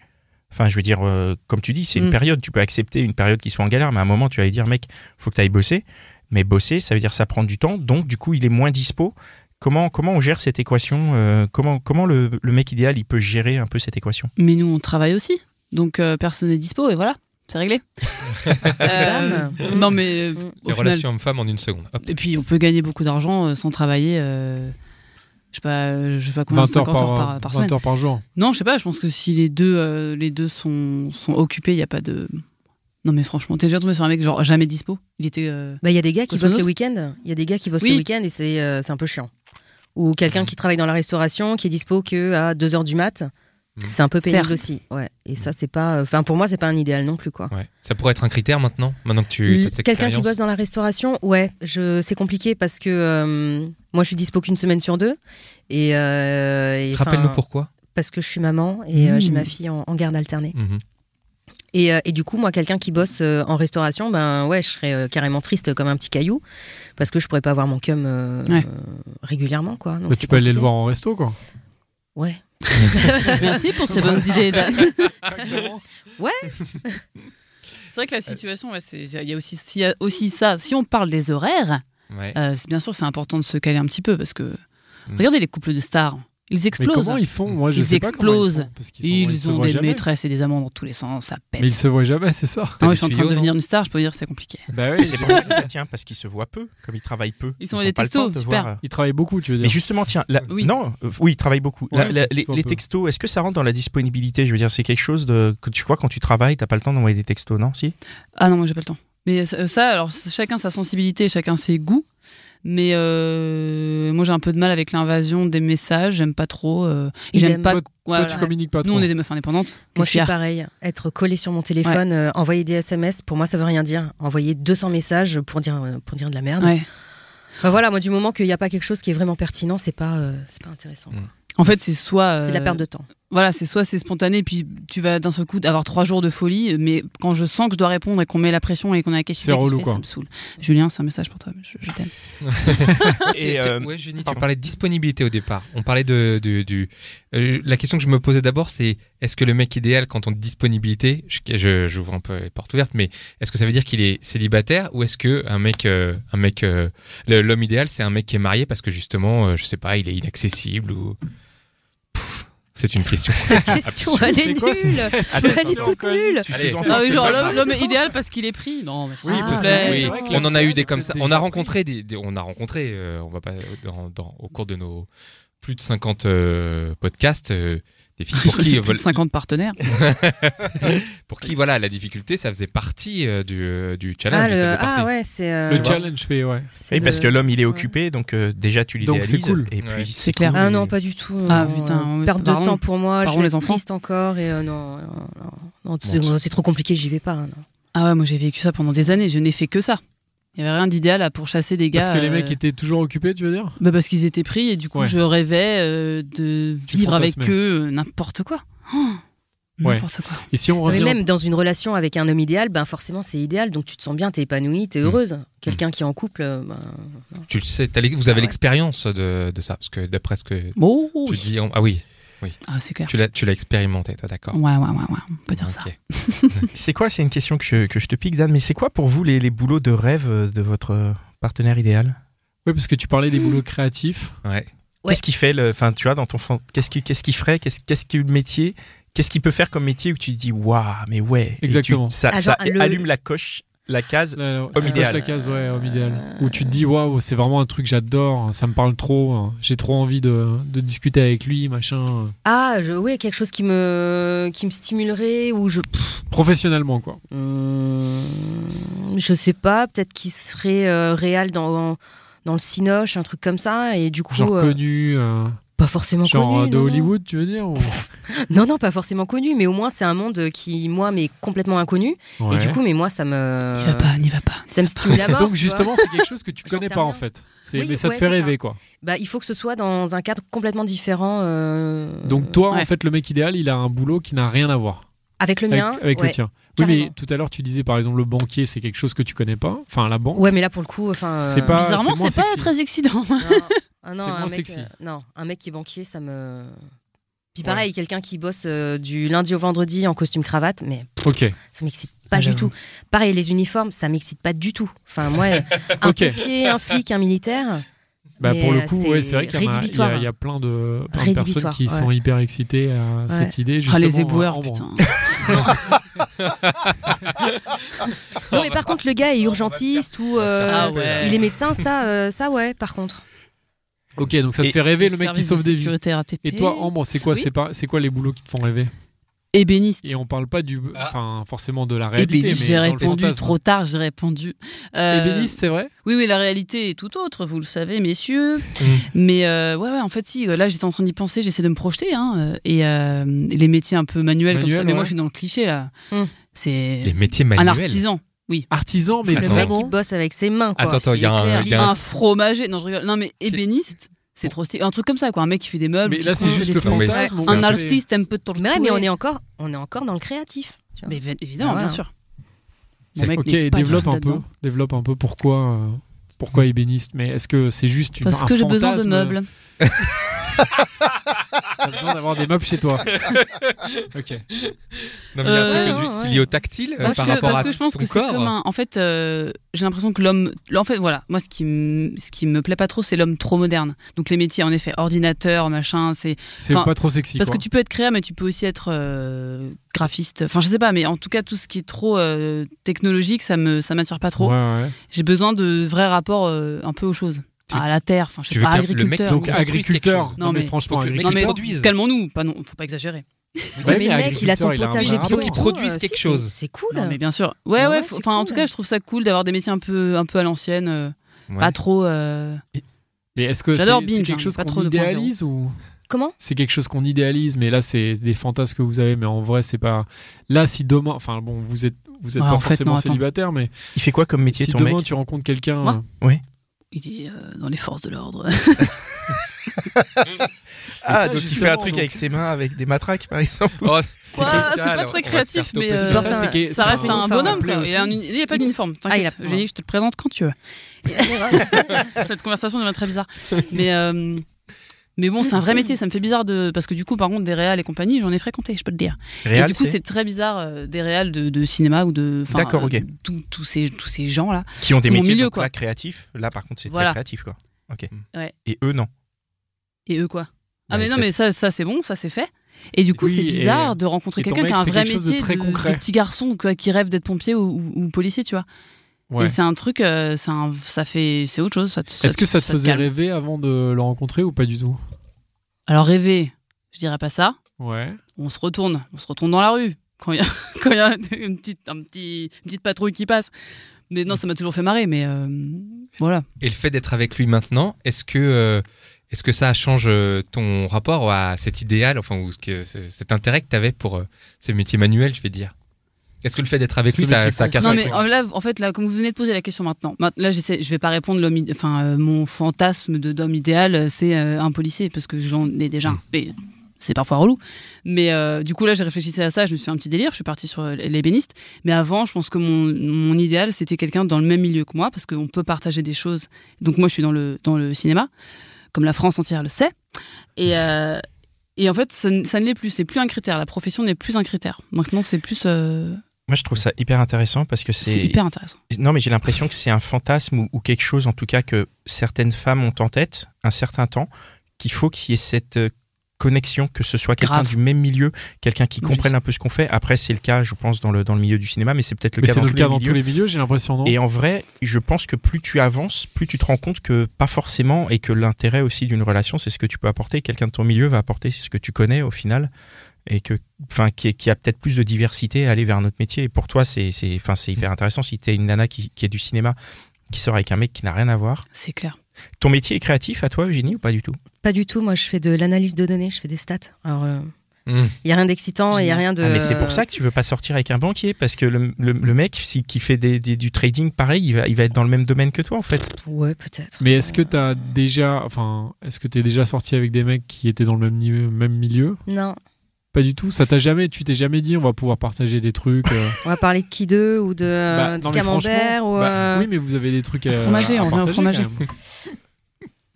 Speaker 1: Enfin, je veux dire, euh, comme tu dis, c'est une
Speaker 3: Mm.
Speaker 1: période. Tu peux accepter une période qui soit en galère, mais à un moment, tu vas lui dire, mec, faut que tu ailles bosser. Mais bosser, ça veut dire ça prend du temps. Donc, du coup, il est moins dispo. Comment, comment on gère cette équation euh, Comment, comment le, le mec idéal, il peut gérer un peu cette équation
Speaker 3: Mais nous, on travaille aussi. Donc, euh, personne n'est dispo et voilà, c'est
Speaker 4: [LAUGHS]
Speaker 3: réglé. Euh,
Speaker 4: Bam.
Speaker 3: non, mais euh,
Speaker 4: Mm.
Speaker 3: au
Speaker 5: Les
Speaker 3: final-
Speaker 5: relations hommes-femmes en une seconde. Hop.
Speaker 3: Et puis, on peut gagner beaucoup d'argent euh, sans travailler. euh, je sais pas, euh, je sais pas combien,
Speaker 6: 20 heures
Speaker 3: 50
Speaker 6: par,
Speaker 3: heures par, par
Speaker 6: 20
Speaker 3: semaine.
Speaker 6: heures par jour.
Speaker 3: Non, je sais pas, je pense que si les deux, euh, les deux sont, sont occupés, il n'y a pas de. Non, mais franchement, t'es déjà tombé sur un mec, genre, jamais dispo. Il était. euh,
Speaker 4: Bah, il y a des gars qui bossent
Speaker 3: Cosmonaute.
Speaker 4: le week-end. Il y a des gars qui bossent
Speaker 3: Oui.
Speaker 4: le week-end et c'est euh, c'est un peu chiant. Ou quelqu'un qui travaille dans la restauration, qui est dispo que à 2 heures du mat, c'est un peu pénible
Speaker 3: Mmh. Certes.
Speaker 4: aussi. Ouais. Et ça, c'est pas. euh, Enfin, pour moi, c'est pas un idéal non plus, quoi.
Speaker 5: Ouais. Ça pourrait être un critère maintenant, maintenant que tu as cette
Speaker 4: Quelqu'un qui
Speaker 5: expérience.
Speaker 4: bosse dans la restauration, ouais, je, c'est compliqué parce que euh, moi, je suis dispo qu'une semaine sur deux. Et, euh, et, enfin,
Speaker 5: Rappelle-nous pourquoi.
Speaker 4: Parce que je suis maman et euh, j'ai
Speaker 3: Mmh.
Speaker 4: ma fille en, en garde alternée.
Speaker 5: Mhm.
Speaker 4: Et, euh, et du coup, moi, quelqu'un qui bosse euh, en restauration, ben ouais, je serais euh, carrément triste comme un petit caillou parce que je pourrais pas voir mon cum euh,
Speaker 3: Ouais.
Speaker 4: euh, régulièrement, quoi. Donc,
Speaker 6: Bah,
Speaker 4: c'est
Speaker 6: tu peux aller le
Speaker 4: compliqué.
Speaker 6: voir en resto, quoi.
Speaker 4: Ouais.
Speaker 3: Merci pour [LAUGHS] ces bonnes idées. Dan.
Speaker 4: Ouais.
Speaker 3: [LAUGHS] C'est vrai que la situation, ouais, c'est- il y a aussi, s'il y a aussi ça. Si on parle des horaires,
Speaker 5: Ouais.
Speaker 3: euh, c'est- bien sûr, c'est important de se caler un petit peu parce que
Speaker 5: Mm.
Speaker 3: regardez les couples de stars, ils
Speaker 6: Mais
Speaker 3: explosent.
Speaker 6: comment ils font Moi, je
Speaker 3: Ils
Speaker 6: sais pas comment ils
Speaker 3: explosent.
Speaker 6: font, parce qu'ils sont-
Speaker 3: ils,
Speaker 6: se
Speaker 3: ont
Speaker 6: voient
Speaker 3: des
Speaker 6: jamais.
Speaker 3: maîtresses et des amants dans tous les sens, ça pète.
Speaker 6: Mais ils se voient jamais, c'est
Speaker 3: [LAUGHS]
Speaker 6: ça
Speaker 3: Ah,
Speaker 5: t'as
Speaker 3: moi,
Speaker 5: des
Speaker 3: je suis en train
Speaker 5: tuyaux,
Speaker 3: de
Speaker 5: non
Speaker 3: devenir une star, je peux vous dire, c'est compliqué.
Speaker 6: Bah oui,
Speaker 1: C'est pour ça que ça tient, parce qu'ils se voient peu, comme ils travaillent peu.
Speaker 3: Ils sont
Speaker 1: ont
Speaker 3: les
Speaker 1: pas le temps
Speaker 3: textos,
Speaker 1: de
Speaker 3: super.
Speaker 1: voir-
Speaker 6: ils travaillent beaucoup, tu veux
Speaker 1: Mais
Speaker 6: dire.
Speaker 1: justement, tiens, la-
Speaker 3: Oui.
Speaker 1: non, euh, oui, ils travaillent beaucoup. La-
Speaker 6: Ouais,
Speaker 1: la-
Speaker 6: ils
Speaker 1: les,
Speaker 6: sont un
Speaker 1: les
Speaker 6: peu.
Speaker 1: textos, est-ce que ça rentre dans la disponibilité Je veux dire, c'est quelque chose de, que tu crois quand tu travailles, t'as pas le temps d'envoyer des textos, non Si
Speaker 3: Ah non, moi j'ai pas le temps. Mais ça, ça, alors c- chacun sa sensibilité, chacun ses goûts. Mais euh, moi j'ai un peu de mal avec l'invasion des messages, j'aime pas trop. euh, et
Speaker 4: Idem.
Speaker 3: j'aime pas.
Speaker 6: Toi-
Speaker 3: voilà.
Speaker 6: Toi, tu communiques pas
Speaker 3: Nous
Speaker 6: trop.
Speaker 3: on est des meufs indépendantes.
Speaker 4: Moi,
Speaker 3: Qu'est-ce
Speaker 4: je
Speaker 3: qu'il y
Speaker 4: suis
Speaker 3: a
Speaker 4: pareil. Être collé sur mon téléphone, euh, envoyer des SMS, pour moi, ça veut rien dire. Envoyer 200 messages pour dire, euh, pour dire de la merde.
Speaker 3: Ouais.
Speaker 4: Enfin, voilà, moi, du moment qu'il n'y a pas quelque chose qui est vraiment pertinent, c'est pas, euh, c'est pas intéressant. quoi.
Speaker 3: En fait, c'est soit.
Speaker 4: C'est de la
Speaker 3: euh,
Speaker 4: perte de temps.
Speaker 3: Voilà, c'est soit c'est spontané, puis tu vas d'un seul coup avoir trois jours de folie, mais quand je sens que je dois répondre et qu'on met la pression et qu'on a la question,
Speaker 6: C'est relou, quoi.
Speaker 3: ça me saoule. Julien, c'est un message pour toi, je, je
Speaker 6: [LAUGHS]
Speaker 3: t'aime.
Speaker 1: Et,
Speaker 5: Tiens,
Speaker 1: euh,
Speaker 5: ouais, Jenny, tu
Speaker 1: pardon.
Speaker 5: parlais de disponibilité au départ. On parlait de, de- du. euh, la question que je me posais d'abord, c'est est-ce que le mec idéal, quand on dit disponibilité, je- je- j'ouvre un peu les portes ouvertes, mais est-ce que ça veut dire qu'il est célibataire ou est-ce que un mec, euh, un mec, euh, le- l'homme idéal, c'est un mec qui est marié parce que justement, euh, je sais pas, il est inaccessible ou. Pouf, C'est une question.
Speaker 4: [LAUGHS] Cette question, elle est
Speaker 6: C'est quoi, c'est-
Speaker 4: nulle. Elle est
Speaker 6: attends,
Speaker 4: toute
Speaker 6: quand
Speaker 4: nulle.
Speaker 1: Tu
Speaker 5: Allez.
Speaker 1: sous-entends
Speaker 3: Ah oui,
Speaker 1: que
Speaker 3: genre
Speaker 1: t'es
Speaker 3: l'homme
Speaker 1: pas-
Speaker 3: l'homme idéal parce qu'il est pris Non, mais s'il
Speaker 6: Oui,
Speaker 3: vous
Speaker 6: parce que-
Speaker 3: plaît.
Speaker 6: oui.
Speaker 5: Oui,
Speaker 6: c'est vrai que
Speaker 5: on
Speaker 6: la
Speaker 5: en a eu
Speaker 6: période
Speaker 5: des comme
Speaker 6: était
Speaker 5: ça.
Speaker 6: déjà
Speaker 5: On a rencontré des, des- on a rencontré. euh, on va pas dans, dans- au cours de nos plus de 50 euh, podcasts. euh, des filles
Speaker 3: [LAUGHS]
Speaker 5: pour qui,
Speaker 3: Plus de
Speaker 5: veulent-
Speaker 3: 50 partenaires.
Speaker 5: pour qui voilà la difficulté ça faisait partie euh, du, euh, du challenge
Speaker 4: Ah,
Speaker 5: ça
Speaker 4: le-
Speaker 5: fait partie.
Speaker 4: ah ouais, c'est. euh,
Speaker 6: Le challenge fait, ouais.
Speaker 4: c'est
Speaker 1: Oui, parce
Speaker 4: le-
Speaker 1: que l'homme, il est occupé, donc euh, déjà, tu
Speaker 6: Donc,
Speaker 1: l'idéalises.
Speaker 6: c'est cool.
Speaker 1: Et
Speaker 5: Ouais.
Speaker 1: puis,
Speaker 3: C'est clair.
Speaker 1: cool.
Speaker 4: Ah non, pas du tout.
Speaker 3: Ah,
Speaker 4: non,
Speaker 3: putain,
Speaker 4: euh,
Speaker 3: mais
Speaker 4: perte de
Speaker 3: parlons-
Speaker 4: temps pour moi, je
Speaker 3: parlons
Speaker 4: vais
Speaker 3: les
Speaker 4: être
Speaker 3: enfants.
Speaker 4: triste encore et euh, non, non, non, non, c'est
Speaker 5: Bon.
Speaker 4: c'est trop compliqué, j'y vais pas. hein, non.
Speaker 3: Ah ouais, moi j'ai vécu ça pendant des années, je n'ai fait que ça. Il n'y avait rien d'idéal à pourchasser des gars.
Speaker 6: Parce que les
Speaker 3: euh,
Speaker 6: mecs étaient toujours occupés, tu veux dire
Speaker 3: bah parce qu'ils étaient pris et du coup
Speaker 6: Ouais.
Speaker 3: je rêvais euh, de
Speaker 6: Tu
Speaker 3: vivre avec
Speaker 6: fantasmais.
Speaker 3: eux euh, n'importe quoi. Oh,
Speaker 6: Ouais.
Speaker 3: n'importe quoi.
Speaker 6: Et si on
Speaker 4: Mais
Speaker 6: revient.
Speaker 4: même dans une relation avec un homme idéal, ben forcément c'est idéal, donc tu te sens bien, t'es épanouie,
Speaker 6: Mm.
Speaker 4: t'es heureuse. Quelqu'un qui est en couple, euh, ben,
Speaker 5: tu le sais t'as les- vous avez
Speaker 4: Ah ouais.
Speaker 5: l'expérience de, de ça parce que d'après ce que
Speaker 4: Oh,
Speaker 3: Bon,
Speaker 5: tu dis on- ah oui
Speaker 3: ah c'est clair.
Speaker 5: tu l'as tu l'as expérimenté toi d'accord
Speaker 3: Ouais, ouais, ouais, ouais, on peut dire ça.
Speaker 5: Ok.
Speaker 1: C'est quoi C'est une question que je, que je te pique, Dan, mais c'est quoi pour vous les, les boulots de rêve euh, de votre euh, partenaire idéal
Speaker 6: Ouais, parce que tu parlais des boulots créatifs.
Speaker 5: ouais
Speaker 4: Ouais.
Speaker 1: Qu'est-ce qu'il fait le- Enfin, tu vois, dans ton. fan- Qu'est-ce qu'il qu'est-ce qu'il ferait Qu'est-ce qu'est-ce que le métier Qu'est-ce qu'il peut faire comme métier où tu te dis, waouh, mais ouais. Et tu-
Speaker 6: Exactement.
Speaker 1: ça
Speaker 4: Ah,
Speaker 1: ça
Speaker 4: genre, le-
Speaker 1: allume la coche, la case.
Speaker 6: Là,
Speaker 1: Homme
Speaker 6: ça
Speaker 1: idéal.
Speaker 6: coche la case, ouais, homme idéal.
Speaker 4: Euh,
Speaker 6: Où tu te dis, waouh, c'est vraiment un truc, j'adore, ça me parle trop, hein, j'ai trop envie de, de discuter avec lui, machin.
Speaker 4: ah je, oui, quelque chose qui me qui me stimulerait ou je
Speaker 6: Professionnellement, quoi.
Speaker 4: Hum, je sais pas, peut-être qu'il serait euh, réel dans dans le cinoche, un truc comme ça, et du coup
Speaker 6: Genre
Speaker 4: euh,
Speaker 6: connu, euh,
Speaker 4: pas forcément
Speaker 6: genre
Speaker 4: connu,
Speaker 6: euh, de
Speaker 4: non, non.
Speaker 6: Hollywood, tu veux dire ou-
Speaker 4: Non non, pas forcément connu, mais au moins c'est un monde qui moi m'est complètement inconnu, et
Speaker 6: Ouais.
Speaker 4: du coup mais moi ça me
Speaker 3: N'y va pas, n'y va pas.
Speaker 4: ça me
Speaker 6: [LAUGHS]
Speaker 4: stimule à mort.
Speaker 6: Donc
Speaker 4: tu vois.
Speaker 6: justement, c'est quelque chose que tu
Speaker 4: [LAUGHS] J'en
Speaker 6: connais
Speaker 4: sais
Speaker 6: pas en
Speaker 4: rien.
Speaker 6: fait. C'est-
Speaker 4: Oui,
Speaker 6: mais ça
Speaker 4: ouais,
Speaker 6: te fait
Speaker 4: c'est
Speaker 6: rêver
Speaker 4: ça.
Speaker 6: quoi.
Speaker 4: Bah, il faut que ce soit dans un cadre complètement différent. euh,
Speaker 6: Donc toi,
Speaker 3: Ouais.
Speaker 6: en fait, le mec idéal, il a un boulot qui n'a rien à voir
Speaker 4: avec le
Speaker 6: avec,
Speaker 4: mien.
Speaker 6: avec
Speaker 4: ouais.
Speaker 6: le tien. Oui,
Speaker 4: carrément.
Speaker 6: mais tout à l'heure, tu disais par exemple le banquier, c'est quelque chose que tu connais pas. Enfin, la banque.
Speaker 4: Ouais, mais là pour le coup, enfin.
Speaker 6: C'est
Speaker 4: euh,
Speaker 6: pas- Ah,
Speaker 3: Bizarrement,
Speaker 6: c'est moins
Speaker 3: c'est pas
Speaker 6: sexy. [LAUGHS]
Speaker 3: très excitant.
Speaker 4: non. Ah non,
Speaker 6: C'est
Speaker 4: un
Speaker 6: moins
Speaker 4: mec,
Speaker 6: sexy.
Speaker 4: euh, non, un mec qui est banquier, ça me. Puis pareil, quelqu'un qui bosse euh, du lundi au vendredi en costume cravate, mais
Speaker 6: Ok.
Speaker 4: ça m'excite
Speaker 3: Ah,
Speaker 4: pas du
Speaker 3: j'avoue.
Speaker 4: tout. Pareil, les uniformes, ça m'excite pas du tout.
Speaker 6: [LAUGHS]
Speaker 4: Enfin, moi, un
Speaker 6: Ok.
Speaker 4: pompier, un flic, un militaire,
Speaker 6: Bah,
Speaker 4: Mais,
Speaker 6: pour le
Speaker 4: euh,
Speaker 6: coup,
Speaker 4: c'est
Speaker 6: ouais, c'est vrai qu'il y en a- il y,
Speaker 4: rédhibitoire.
Speaker 6: a- il y a plein de, plein de personnes
Speaker 4: Rédhibitoire,
Speaker 6: qui sont hyper excitées à cette idée.
Speaker 3: Ah,
Speaker 6: justement, euh,
Speaker 3: les éboueurs,
Speaker 6: en- en-
Speaker 3: putain.
Speaker 4: Non, mais par contre, le gars est urgentiste ou euh,
Speaker 3: Ah ouais.
Speaker 4: il est médecin, ça, euh, ça ouais, par contre.
Speaker 6: Ok, donc ça te
Speaker 1: Et-
Speaker 6: fait rêver le mec qui
Speaker 3: Service
Speaker 6: sauve
Speaker 3: de
Speaker 6: des vies.
Speaker 3: sécurité RATP.
Speaker 6: Et toi, Ambre, c'est quoi,
Speaker 3: Ah Oui.
Speaker 6: c'est pas- c'est quoi les boulots qui te font rêver
Speaker 3: Ébéniste.
Speaker 6: Et on parle pas du, enfin forcément de la
Speaker 1: Ébéniste.
Speaker 6: réalité, mais
Speaker 3: J'ai
Speaker 6: dans le
Speaker 3: répondu
Speaker 6: fantasme.
Speaker 3: trop tard, j'ai répondu. Euh,
Speaker 6: Ébéniste, c'est vrai
Speaker 3: Oui, oui, la réalité est tout autre, vous le savez, messieurs. Mais euh, ouais, ouais, en fait, si, là, j'étais en train d'y penser, j'essaie de me projeter. hein, euh, et euh, les métiers un peu manuels comme
Speaker 6: Manuel,
Speaker 3: ça. Mais moi,
Speaker 6: ouais.
Speaker 3: je suis dans le cliché, là.
Speaker 4: Hmm.
Speaker 3: C'est
Speaker 5: Les métiers
Speaker 3: un
Speaker 5: manuels.
Speaker 3: artisan.
Speaker 6: Artisan, mais
Speaker 5: Attends.
Speaker 4: Le mec qui
Speaker 6: vraiment.
Speaker 4: bosse avec ses mains, quoi.
Speaker 5: Attends, attends, il y a un. il y a un-
Speaker 3: Un fromager. Non, je rigole. Non, mais ébéniste, c'est trop stylé. Un truc comme ça, quoi. Un mec qui fait des meubles.
Speaker 6: Mais
Speaker 3: qui
Speaker 6: là, c'est
Speaker 3: coupe,
Speaker 6: juste
Speaker 3: des
Speaker 6: le
Speaker 3: trucs.
Speaker 5: mais
Speaker 6: fantasme.
Speaker 5: c'est
Speaker 6: ou
Speaker 3: Un
Speaker 6: c'est-
Speaker 3: artiste un peu de
Speaker 4: Mais ouais, mais on est Ah, encore, on est encore dans le créatif. tu vois.
Speaker 3: Mais évi- évidemment,
Speaker 4: Voilà.
Speaker 3: bien sûr. Mon
Speaker 5: C'est-
Speaker 3: mec
Speaker 6: Ok,
Speaker 3: n'est pas du
Speaker 6: développe
Speaker 3: tout
Speaker 6: un peu,
Speaker 3: là-dedans.
Speaker 6: développe un peu pourquoi, euh, pourquoi ébéniste. Mais est-ce que c'est juste une
Speaker 3: Parce
Speaker 6: un
Speaker 3: que j'ai besoin de
Speaker 6: fantasme
Speaker 3: meubles.
Speaker 6: T'as besoin d'avoir des meubles chez toi. [LAUGHS] ok.
Speaker 5: Non, mais il y a un
Speaker 3: Euh,
Speaker 5: truc
Speaker 4: ouais,
Speaker 5: du-
Speaker 4: ouais,
Speaker 5: lié au tactile euh,
Speaker 3: Parce,
Speaker 5: par
Speaker 3: que,
Speaker 5: rapport
Speaker 3: parce
Speaker 5: à
Speaker 3: que je pense
Speaker 5: ton
Speaker 3: que c'est
Speaker 5: corps.
Speaker 3: comme un. En fait, euh, j'ai l'impression que l'homme. En fait, voilà, moi, ce qui, me- ce qui me plaît pas trop, c'est l'homme trop moderne. Donc, les métiers, en effet, ordinateur, machin, c'est.
Speaker 6: C'est
Speaker 3: Enfin,
Speaker 6: pas trop sexy.
Speaker 3: Parce
Speaker 6: quoi.
Speaker 3: que tu peux être créa, mais tu peux aussi être euh, graphiste. Enfin, je sais pas, mais en tout cas, tout ce qui est trop euh, technologique, ça me ça m'attire pas trop.
Speaker 6: Ouais, ouais.
Speaker 3: J'ai besoin de vrais rapports euh, un peu aux choses.
Speaker 5: Tu-
Speaker 3: à la terre, enfin, je sais
Speaker 5: Tu veux
Speaker 3: pas,
Speaker 5: qu'un- le mec
Speaker 3: agriculteur.
Speaker 6: Donc
Speaker 5: construise quelque
Speaker 6: agriculteur.
Speaker 5: chose.
Speaker 6: Non,
Speaker 3: Non,
Speaker 6: mais
Speaker 3: mais-
Speaker 6: franchement,
Speaker 5: Faut que le mec
Speaker 3: non,
Speaker 5: qui
Speaker 3: mais
Speaker 5: produise.
Speaker 3: calmons-nous, pas non, faut pas exagérer.
Speaker 6: Ouais,
Speaker 4: mais le mec, il a son
Speaker 6: agriculteur, il a un
Speaker 4: potager
Speaker 6: rapport.
Speaker 4: bio.
Speaker 5: Faut qu'il
Speaker 4: et tout,
Speaker 5: produise
Speaker 4: euh,
Speaker 5: quelque
Speaker 4: si,
Speaker 5: chose.
Speaker 4: c'est- C'est cool.
Speaker 3: Non, mais bien sûr. Ouais,
Speaker 4: Bah Ouais,
Speaker 3: ouais.
Speaker 4: c'est
Speaker 3: Enfin, en
Speaker 4: cool.
Speaker 3: tout cas, je trouve ça cool d'avoir des métiers un peu, un peu à l'ancienne, euh,
Speaker 5: Ouais.
Speaker 3: pas trop. euh,
Speaker 6: Mais est-ce que c'est
Speaker 3: J'adore
Speaker 6: c'est
Speaker 3: Binge, hein,
Speaker 6: quelque chose
Speaker 3: pas
Speaker 6: qu'on
Speaker 3: trop de point zéro.
Speaker 6: idéalise ou
Speaker 4: Comment
Speaker 6: c'est quelque chose qu'on idéalise Mais là, c'est des fantasmes que vous avez, mais en vrai, c'est pas. Là, si demain, enfin bon, vous êtes, vous êtes
Speaker 3: Ouais,
Speaker 6: pas
Speaker 3: en fait,
Speaker 6: forcément
Speaker 3: non, attends.
Speaker 6: célibataire, mais
Speaker 1: Il fait quoi comme métier
Speaker 6: si
Speaker 1: ton
Speaker 6: demain
Speaker 1: mec
Speaker 6: tu rencontres quelqu'un,
Speaker 3: Moi
Speaker 6: euh,
Speaker 3: Il est euh, dans les forces de l'ordre.
Speaker 6: Ah, donc il fait un truc avec
Speaker 1: ses mains, avec des matraques
Speaker 5: [LAUGHS]
Speaker 1: par exemple. [LAUGHS]
Speaker 5: Oh,
Speaker 3: [LAUGHS] c'est pas très créatif, mais
Speaker 4: Euh,
Speaker 6: c'est
Speaker 3: euh,
Speaker 4: ça,
Speaker 6: c'est que-
Speaker 3: ça
Speaker 6: c'est
Speaker 3: reste un
Speaker 4: uniforme,
Speaker 3: bonhomme.
Speaker 6: appelé
Speaker 3: quoi.
Speaker 6: aussi.
Speaker 3: Il a un uni- Il n'y a pas d'uniforme. T'inquiète.
Speaker 4: Ah, il a-
Speaker 3: J'ai dit, je te le présente quand tu veux. [LAUGHS] Cette conversation devient très bizarre. Mais euh, mais bon, c'est un vrai métier. Ça me fait bizarre de parce que du coup, par contre, des réals et compagnie, j'en ai fréquenté. Je peux te dire. et du coup, c'est très bizarre euh, des réals de, de cinéma ou de. enfin,
Speaker 1: D'accord,
Speaker 3: euh,
Speaker 1: ok.
Speaker 3: tous- Tous ces tous ces gens là.
Speaker 1: qui ont des
Speaker 3: c'est mon
Speaker 1: métiers
Speaker 3: milieu,
Speaker 1: donc,
Speaker 3: quoi.
Speaker 1: là, créatifs. Là par contre c'est
Speaker 3: Voilà.
Speaker 1: très créatif quoi. Ok.
Speaker 3: Ouais.
Speaker 1: Et eux non.
Speaker 3: Et eux quoi Ah
Speaker 1: Ouais,
Speaker 3: mais non
Speaker 1: c'est-
Speaker 3: mais ça ça c'est bon, ça c'est fait. Et du coup
Speaker 6: Oui,
Speaker 3: c'est
Speaker 6: et-
Speaker 3: bizarre de rencontrer
Speaker 6: et ton
Speaker 3: quelqu'un qui a
Speaker 6: mec
Speaker 3: un
Speaker 6: fait
Speaker 3: vrai
Speaker 6: quelque chose de
Speaker 3: métier
Speaker 6: très concret.
Speaker 3: petit garçon quoi, qui rêve d'être pompier ou, ou- ou policier tu vois.
Speaker 6: ouais.
Speaker 3: Et c'est un truc, euh, c'est un- ça fait c'est autre chose. Ça, te-
Speaker 6: Est-ce que ça te faisait
Speaker 3: calme.
Speaker 6: rêver avant de le rencontrer ou pas du tout
Speaker 3: Alors rêver, je dirais pas ça.
Speaker 6: Ouais.
Speaker 3: On se retourne, on se retourne dans la rue quand il y a, [LAUGHS] quand il y a une petite un petit une petite patrouille qui passe. Mais non ça m'a toujours fait marrer mais euh, voilà.
Speaker 5: Et le fait d'être avec lui maintenant, est-ce que, euh, est-ce que ça change euh, ton rapport à cet idéal, enfin, ou ce que, ce- cet intérêt que tu avais pour euh, ces métiers manuels, je vais dire Est-ce que le fait d'être avec
Speaker 6: Ce
Speaker 5: lui, ça,
Speaker 6: métier
Speaker 5: ça
Speaker 6: concret.
Speaker 5: casse
Speaker 3: Non
Speaker 5: le
Speaker 3: mais
Speaker 5: truc
Speaker 3: euh, là, en fait, là, comme vous venez de poser la question maintenant, ma- là, j'essaie, je vais pas répondre l'homme, id- enfin, euh, mon fantasme de d'homme idéal, euh, c'est euh, un policier parce que j'en ai déjà. un. Mais c'est parfois relou. Mais euh, du coup, là, j'ai réfléchi à ça, je me suis fait un petit délire, je suis partie sur euh, l'ébéniste. Mais avant, je pense que mon, mon idéal, c'était quelqu'un dans le même milieu que moi parce qu'on peut partager des choses. Donc moi, je suis dans le dans le cinéma, comme la France entière le sait. Et euh, et en fait, ça, ne- ça ne l'est plus. C'est plus un critère. La profession n'est plus un critère. Maintenant, c'est plus. euh,
Speaker 1: Moi je trouve ça hyper intéressant parce que
Speaker 3: c'est hyper intéressant.
Speaker 1: Non, mais j'ai l'impression que c'est un fantasme ou, ou quelque chose, en tout cas, que certaines femmes ont en tête un certain temps, qu'il faut qu'il y ait cette euh, connexion, que ce soit quelqu'un
Speaker 3: Grave.
Speaker 1: du même milieu, quelqu'un qui
Speaker 3: Oui,
Speaker 1: comprenne
Speaker 3: je
Speaker 1: un peu ce qu'on fait. Après, c'est le cas, je pense, dans le, dans le milieu du cinéma, mais c'est peut-être le
Speaker 6: Mais
Speaker 1: cas,
Speaker 6: c'est
Speaker 1: dans,
Speaker 6: le
Speaker 1: tous
Speaker 6: cas
Speaker 1: les
Speaker 6: dans tous
Speaker 1: milieux.
Speaker 6: les milieux, j'ai l'impression, non
Speaker 1: Et en vrai, je pense que plus tu avances, plus tu te rends compte que pas forcément, et que l'intérêt aussi d'une relation, c'est ce que tu peux apporter. Quelqu'un de ton milieu va apporter ce que tu connais au final, et que, enfin, qui, qui a peut-être plus de diversité à aller vers un autre métier. Et pour toi, c'est, c'est, enfin, c'est hyper intéressant si t'es une nana qui, qui est du cinéma, qui sort avec un mec qui n'a rien à voir.
Speaker 3: C'est clair.
Speaker 1: Ton métier est créatif à toi, Eugénie, ou pas du tout
Speaker 4: Pas du tout. Moi, je fais de l'analyse de données, je fais des stats. Alors, euh, il
Speaker 5: Hmm.
Speaker 4: y a rien d'excitant, il y a
Speaker 3: Génial.
Speaker 4: rien de.
Speaker 1: Ah, mais c'est
Speaker 4: Euh.
Speaker 1: pour ça que tu veux pas sortir avec un banquier, parce que le, le- le mec si- qui fait des, des- du trading, pareil, il va, il va être dans le même domaine que toi, en fait.
Speaker 4: Ouais, peut-être.
Speaker 6: Mais est-ce que t'as déjà, enfin, est-ce que t'es déjà sorti avec des mecs qui étaient dans le même, ni- même milieu
Speaker 4: Non.
Speaker 6: Pas du tout. Ça t'a jamais, tu t'es jamais dit, on va pouvoir partager des trucs. euh,
Speaker 4: On va parler de qui d'eux ou de euh,
Speaker 6: bah, non,
Speaker 4: de
Speaker 6: mais
Speaker 4: camembert
Speaker 6: franchement,
Speaker 4: ou.
Speaker 6: bah,
Speaker 4: euh,
Speaker 6: oui, mais vous avez des trucs à,
Speaker 3: fromager,
Speaker 6: à
Speaker 3: on revient
Speaker 6: partager,
Speaker 3: au fromager.
Speaker 6: quand même.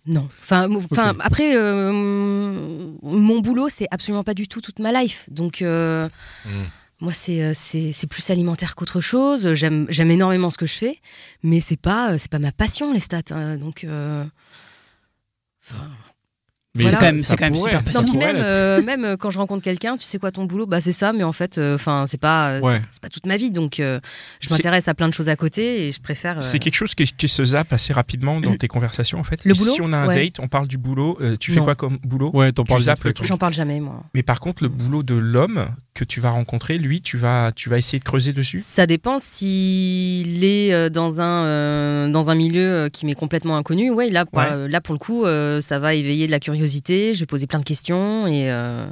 Speaker 4: Non. Enfin, mo- enfin, après, euh, mon boulot, c'est absolument pas du tout toute ma life. Donc, euh,
Speaker 5: Mm.
Speaker 4: moi, c'est, euh, c'est, c'est plus alimentaire qu'autre chose. J'aime, j'aime énormément ce que je fais, mais c'est pas, euh, c'est pas ma passion, les stats. hein. donc, euh, enfin,
Speaker 6: Mais
Speaker 4: Voilà.
Speaker 6: ça-
Speaker 3: C'est quand même-
Speaker 6: ça
Speaker 3: c'est quand même
Speaker 6: pourrait
Speaker 3: super
Speaker 6: être-
Speaker 3: passionnant.
Speaker 4: non, puis
Speaker 6: ça pourrait
Speaker 4: même,
Speaker 6: l'être.
Speaker 4: euh, [LAUGHS] même euh, quand je rencontre quelqu'un, tu sais quoi ton boulot Bah c'est ça, mais en fait, euh, enfin c'est pas, euh,
Speaker 6: Ouais.
Speaker 4: c'est pas toute ma vie, donc euh, je
Speaker 1: C'est-
Speaker 4: m'intéresse à plein de choses à côté et je préfère. euh,
Speaker 1: C'est quelque chose qui, qui se zappe assez rapidement dans tes conversations en fait.
Speaker 4: Le
Speaker 1: si
Speaker 4: boulot
Speaker 1: on a un
Speaker 4: Ouais.
Speaker 1: date, on parle du boulot. euh, tu fais
Speaker 4: Non.
Speaker 1: quoi comme boulot
Speaker 6: Ouais, t'en
Speaker 1: Tu
Speaker 6: parles des
Speaker 1: zappes le
Speaker 6: trucs.
Speaker 1: truc.
Speaker 4: J'en parle jamais moi.
Speaker 1: Mais par contre, le boulot de l'homme que tu vas rencontrer, lui, tu vas, tu vas essayer de creuser dessus.
Speaker 4: Ça dépend s'il est euh, dans un euh, dans un milieu euh, qui m'est complètement inconnu. Ouais, là pour-
Speaker 1: Ouais.
Speaker 4: euh, là pour le coup, euh, ça va éveiller de la curiosité. Je vais poser plein de questions et euh,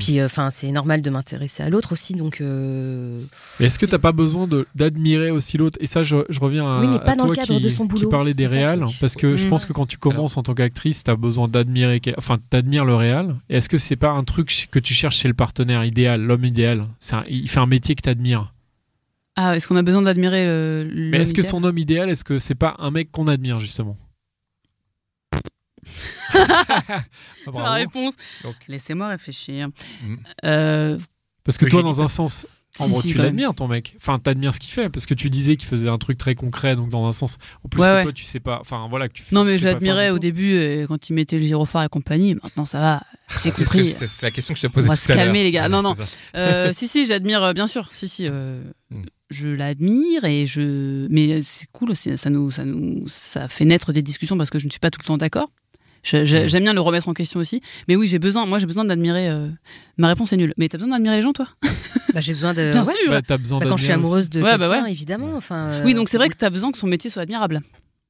Speaker 4: puis enfin c'est normal de m'intéresser à l'autre aussi. Donc euh,
Speaker 6: Mais Est-ce que t'as pas besoin de- d'admirer aussi l'autre Et ça, je, je reviens à,
Speaker 4: Oui, mais pas
Speaker 6: à
Speaker 4: dans le
Speaker 6: toi
Speaker 4: cadre
Speaker 6: qui,
Speaker 4: de son
Speaker 6: qui
Speaker 4: boulot,
Speaker 6: parlais des
Speaker 4: c'est ça le
Speaker 6: réals,
Speaker 4: truc.
Speaker 6: parce que je
Speaker 3: Mm.
Speaker 6: pense que quand tu commences en tant qu'actrice, t'as besoin d'admirer, quel- enfin, t'admires le réal. Et Est-ce que c'est pas un truc ch- que tu cherches chez le partenaire idéal, l'homme idéal C'est un- Il fait un métier que t'admires.
Speaker 3: Ah, est-ce qu'on a besoin d'admirer le. le
Speaker 6: Mais est-ce que
Speaker 3: leader
Speaker 6: son homme idéal, est-ce que c'est pas un mec qu'on admire justement Ah, bravo.
Speaker 3: La réponse.
Speaker 1: Donc.
Speaker 3: Laissez-moi réfléchir.
Speaker 5: Mm.
Speaker 3: Euh,
Speaker 6: Parce que
Speaker 1: Que
Speaker 6: toi,
Speaker 1: j'ai dit
Speaker 6: dans un sens, en
Speaker 3: Si,
Speaker 6: gros,
Speaker 3: si,
Speaker 6: tu
Speaker 3: quand même.
Speaker 6: l'admires ton mec. Enfin, t'admires ce qu'il fait, parce que tu disais qu'il faisait un truc très concret, donc dans un sens. En plus,
Speaker 3: Ouais,
Speaker 6: que
Speaker 3: ouais.
Speaker 6: toi, tu sais pas. Enfin, voilà, que tu fais-
Speaker 3: Non,
Speaker 6: tu
Speaker 3: mais
Speaker 6: sais
Speaker 3: je
Speaker 6: pas
Speaker 3: l'admirais
Speaker 6: faire du
Speaker 3: au
Speaker 6: tout.
Speaker 3: début euh, quand il mettait le gyrophare et compagnie. Maintenant, ça va.
Speaker 6: Ah,
Speaker 3: J'ai
Speaker 5: C'est ce que-
Speaker 3: compris.
Speaker 5: c'est- c'est la question que je te
Speaker 3: On
Speaker 5: posais
Speaker 3: va
Speaker 5: tout
Speaker 3: se
Speaker 5: à l'heure.
Speaker 3: calmer, les gars.
Speaker 5: Ouais,
Speaker 3: Non,
Speaker 5: c'est
Speaker 3: non.
Speaker 5: ça.
Speaker 3: Euh, si, si, j'admire, euh, bien sûr. Si, si. euh,
Speaker 5: Mm.
Speaker 3: Je l'admire et je. Mais c'est cool aussi. Ça, nous, ça, nous, ça fait naître des discussions parce que je ne suis pas tout le temps d'accord. Je-
Speaker 6: Mm.
Speaker 3: je- J'aime bien le remettre en question aussi. Mais oui, j'ai besoin. Moi, j'ai besoin d'admirer. euh, Ma réponse est nulle. Mais t'as besoin d'admirer les gens, toi
Speaker 4: bah, j'ai besoin de.
Speaker 3: Bien
Speaker 4: ouais.
Speaker 3: sûr.
Speaker 6: Bah, t'as besoin
Speaker 4: Bah, quand je suis
Speaker 6: d'admirer aussi.
Speaker 4: amoureuse de
Speaker 3: Ouais, bah
Speaker 4: quelqu'un,
Speaker 3: ouais.
Speaker 4: évidemment. Enfin. euh,
Speaker 3: Oui, donc c'est vrai que t'as besoin que son métier soit admirable.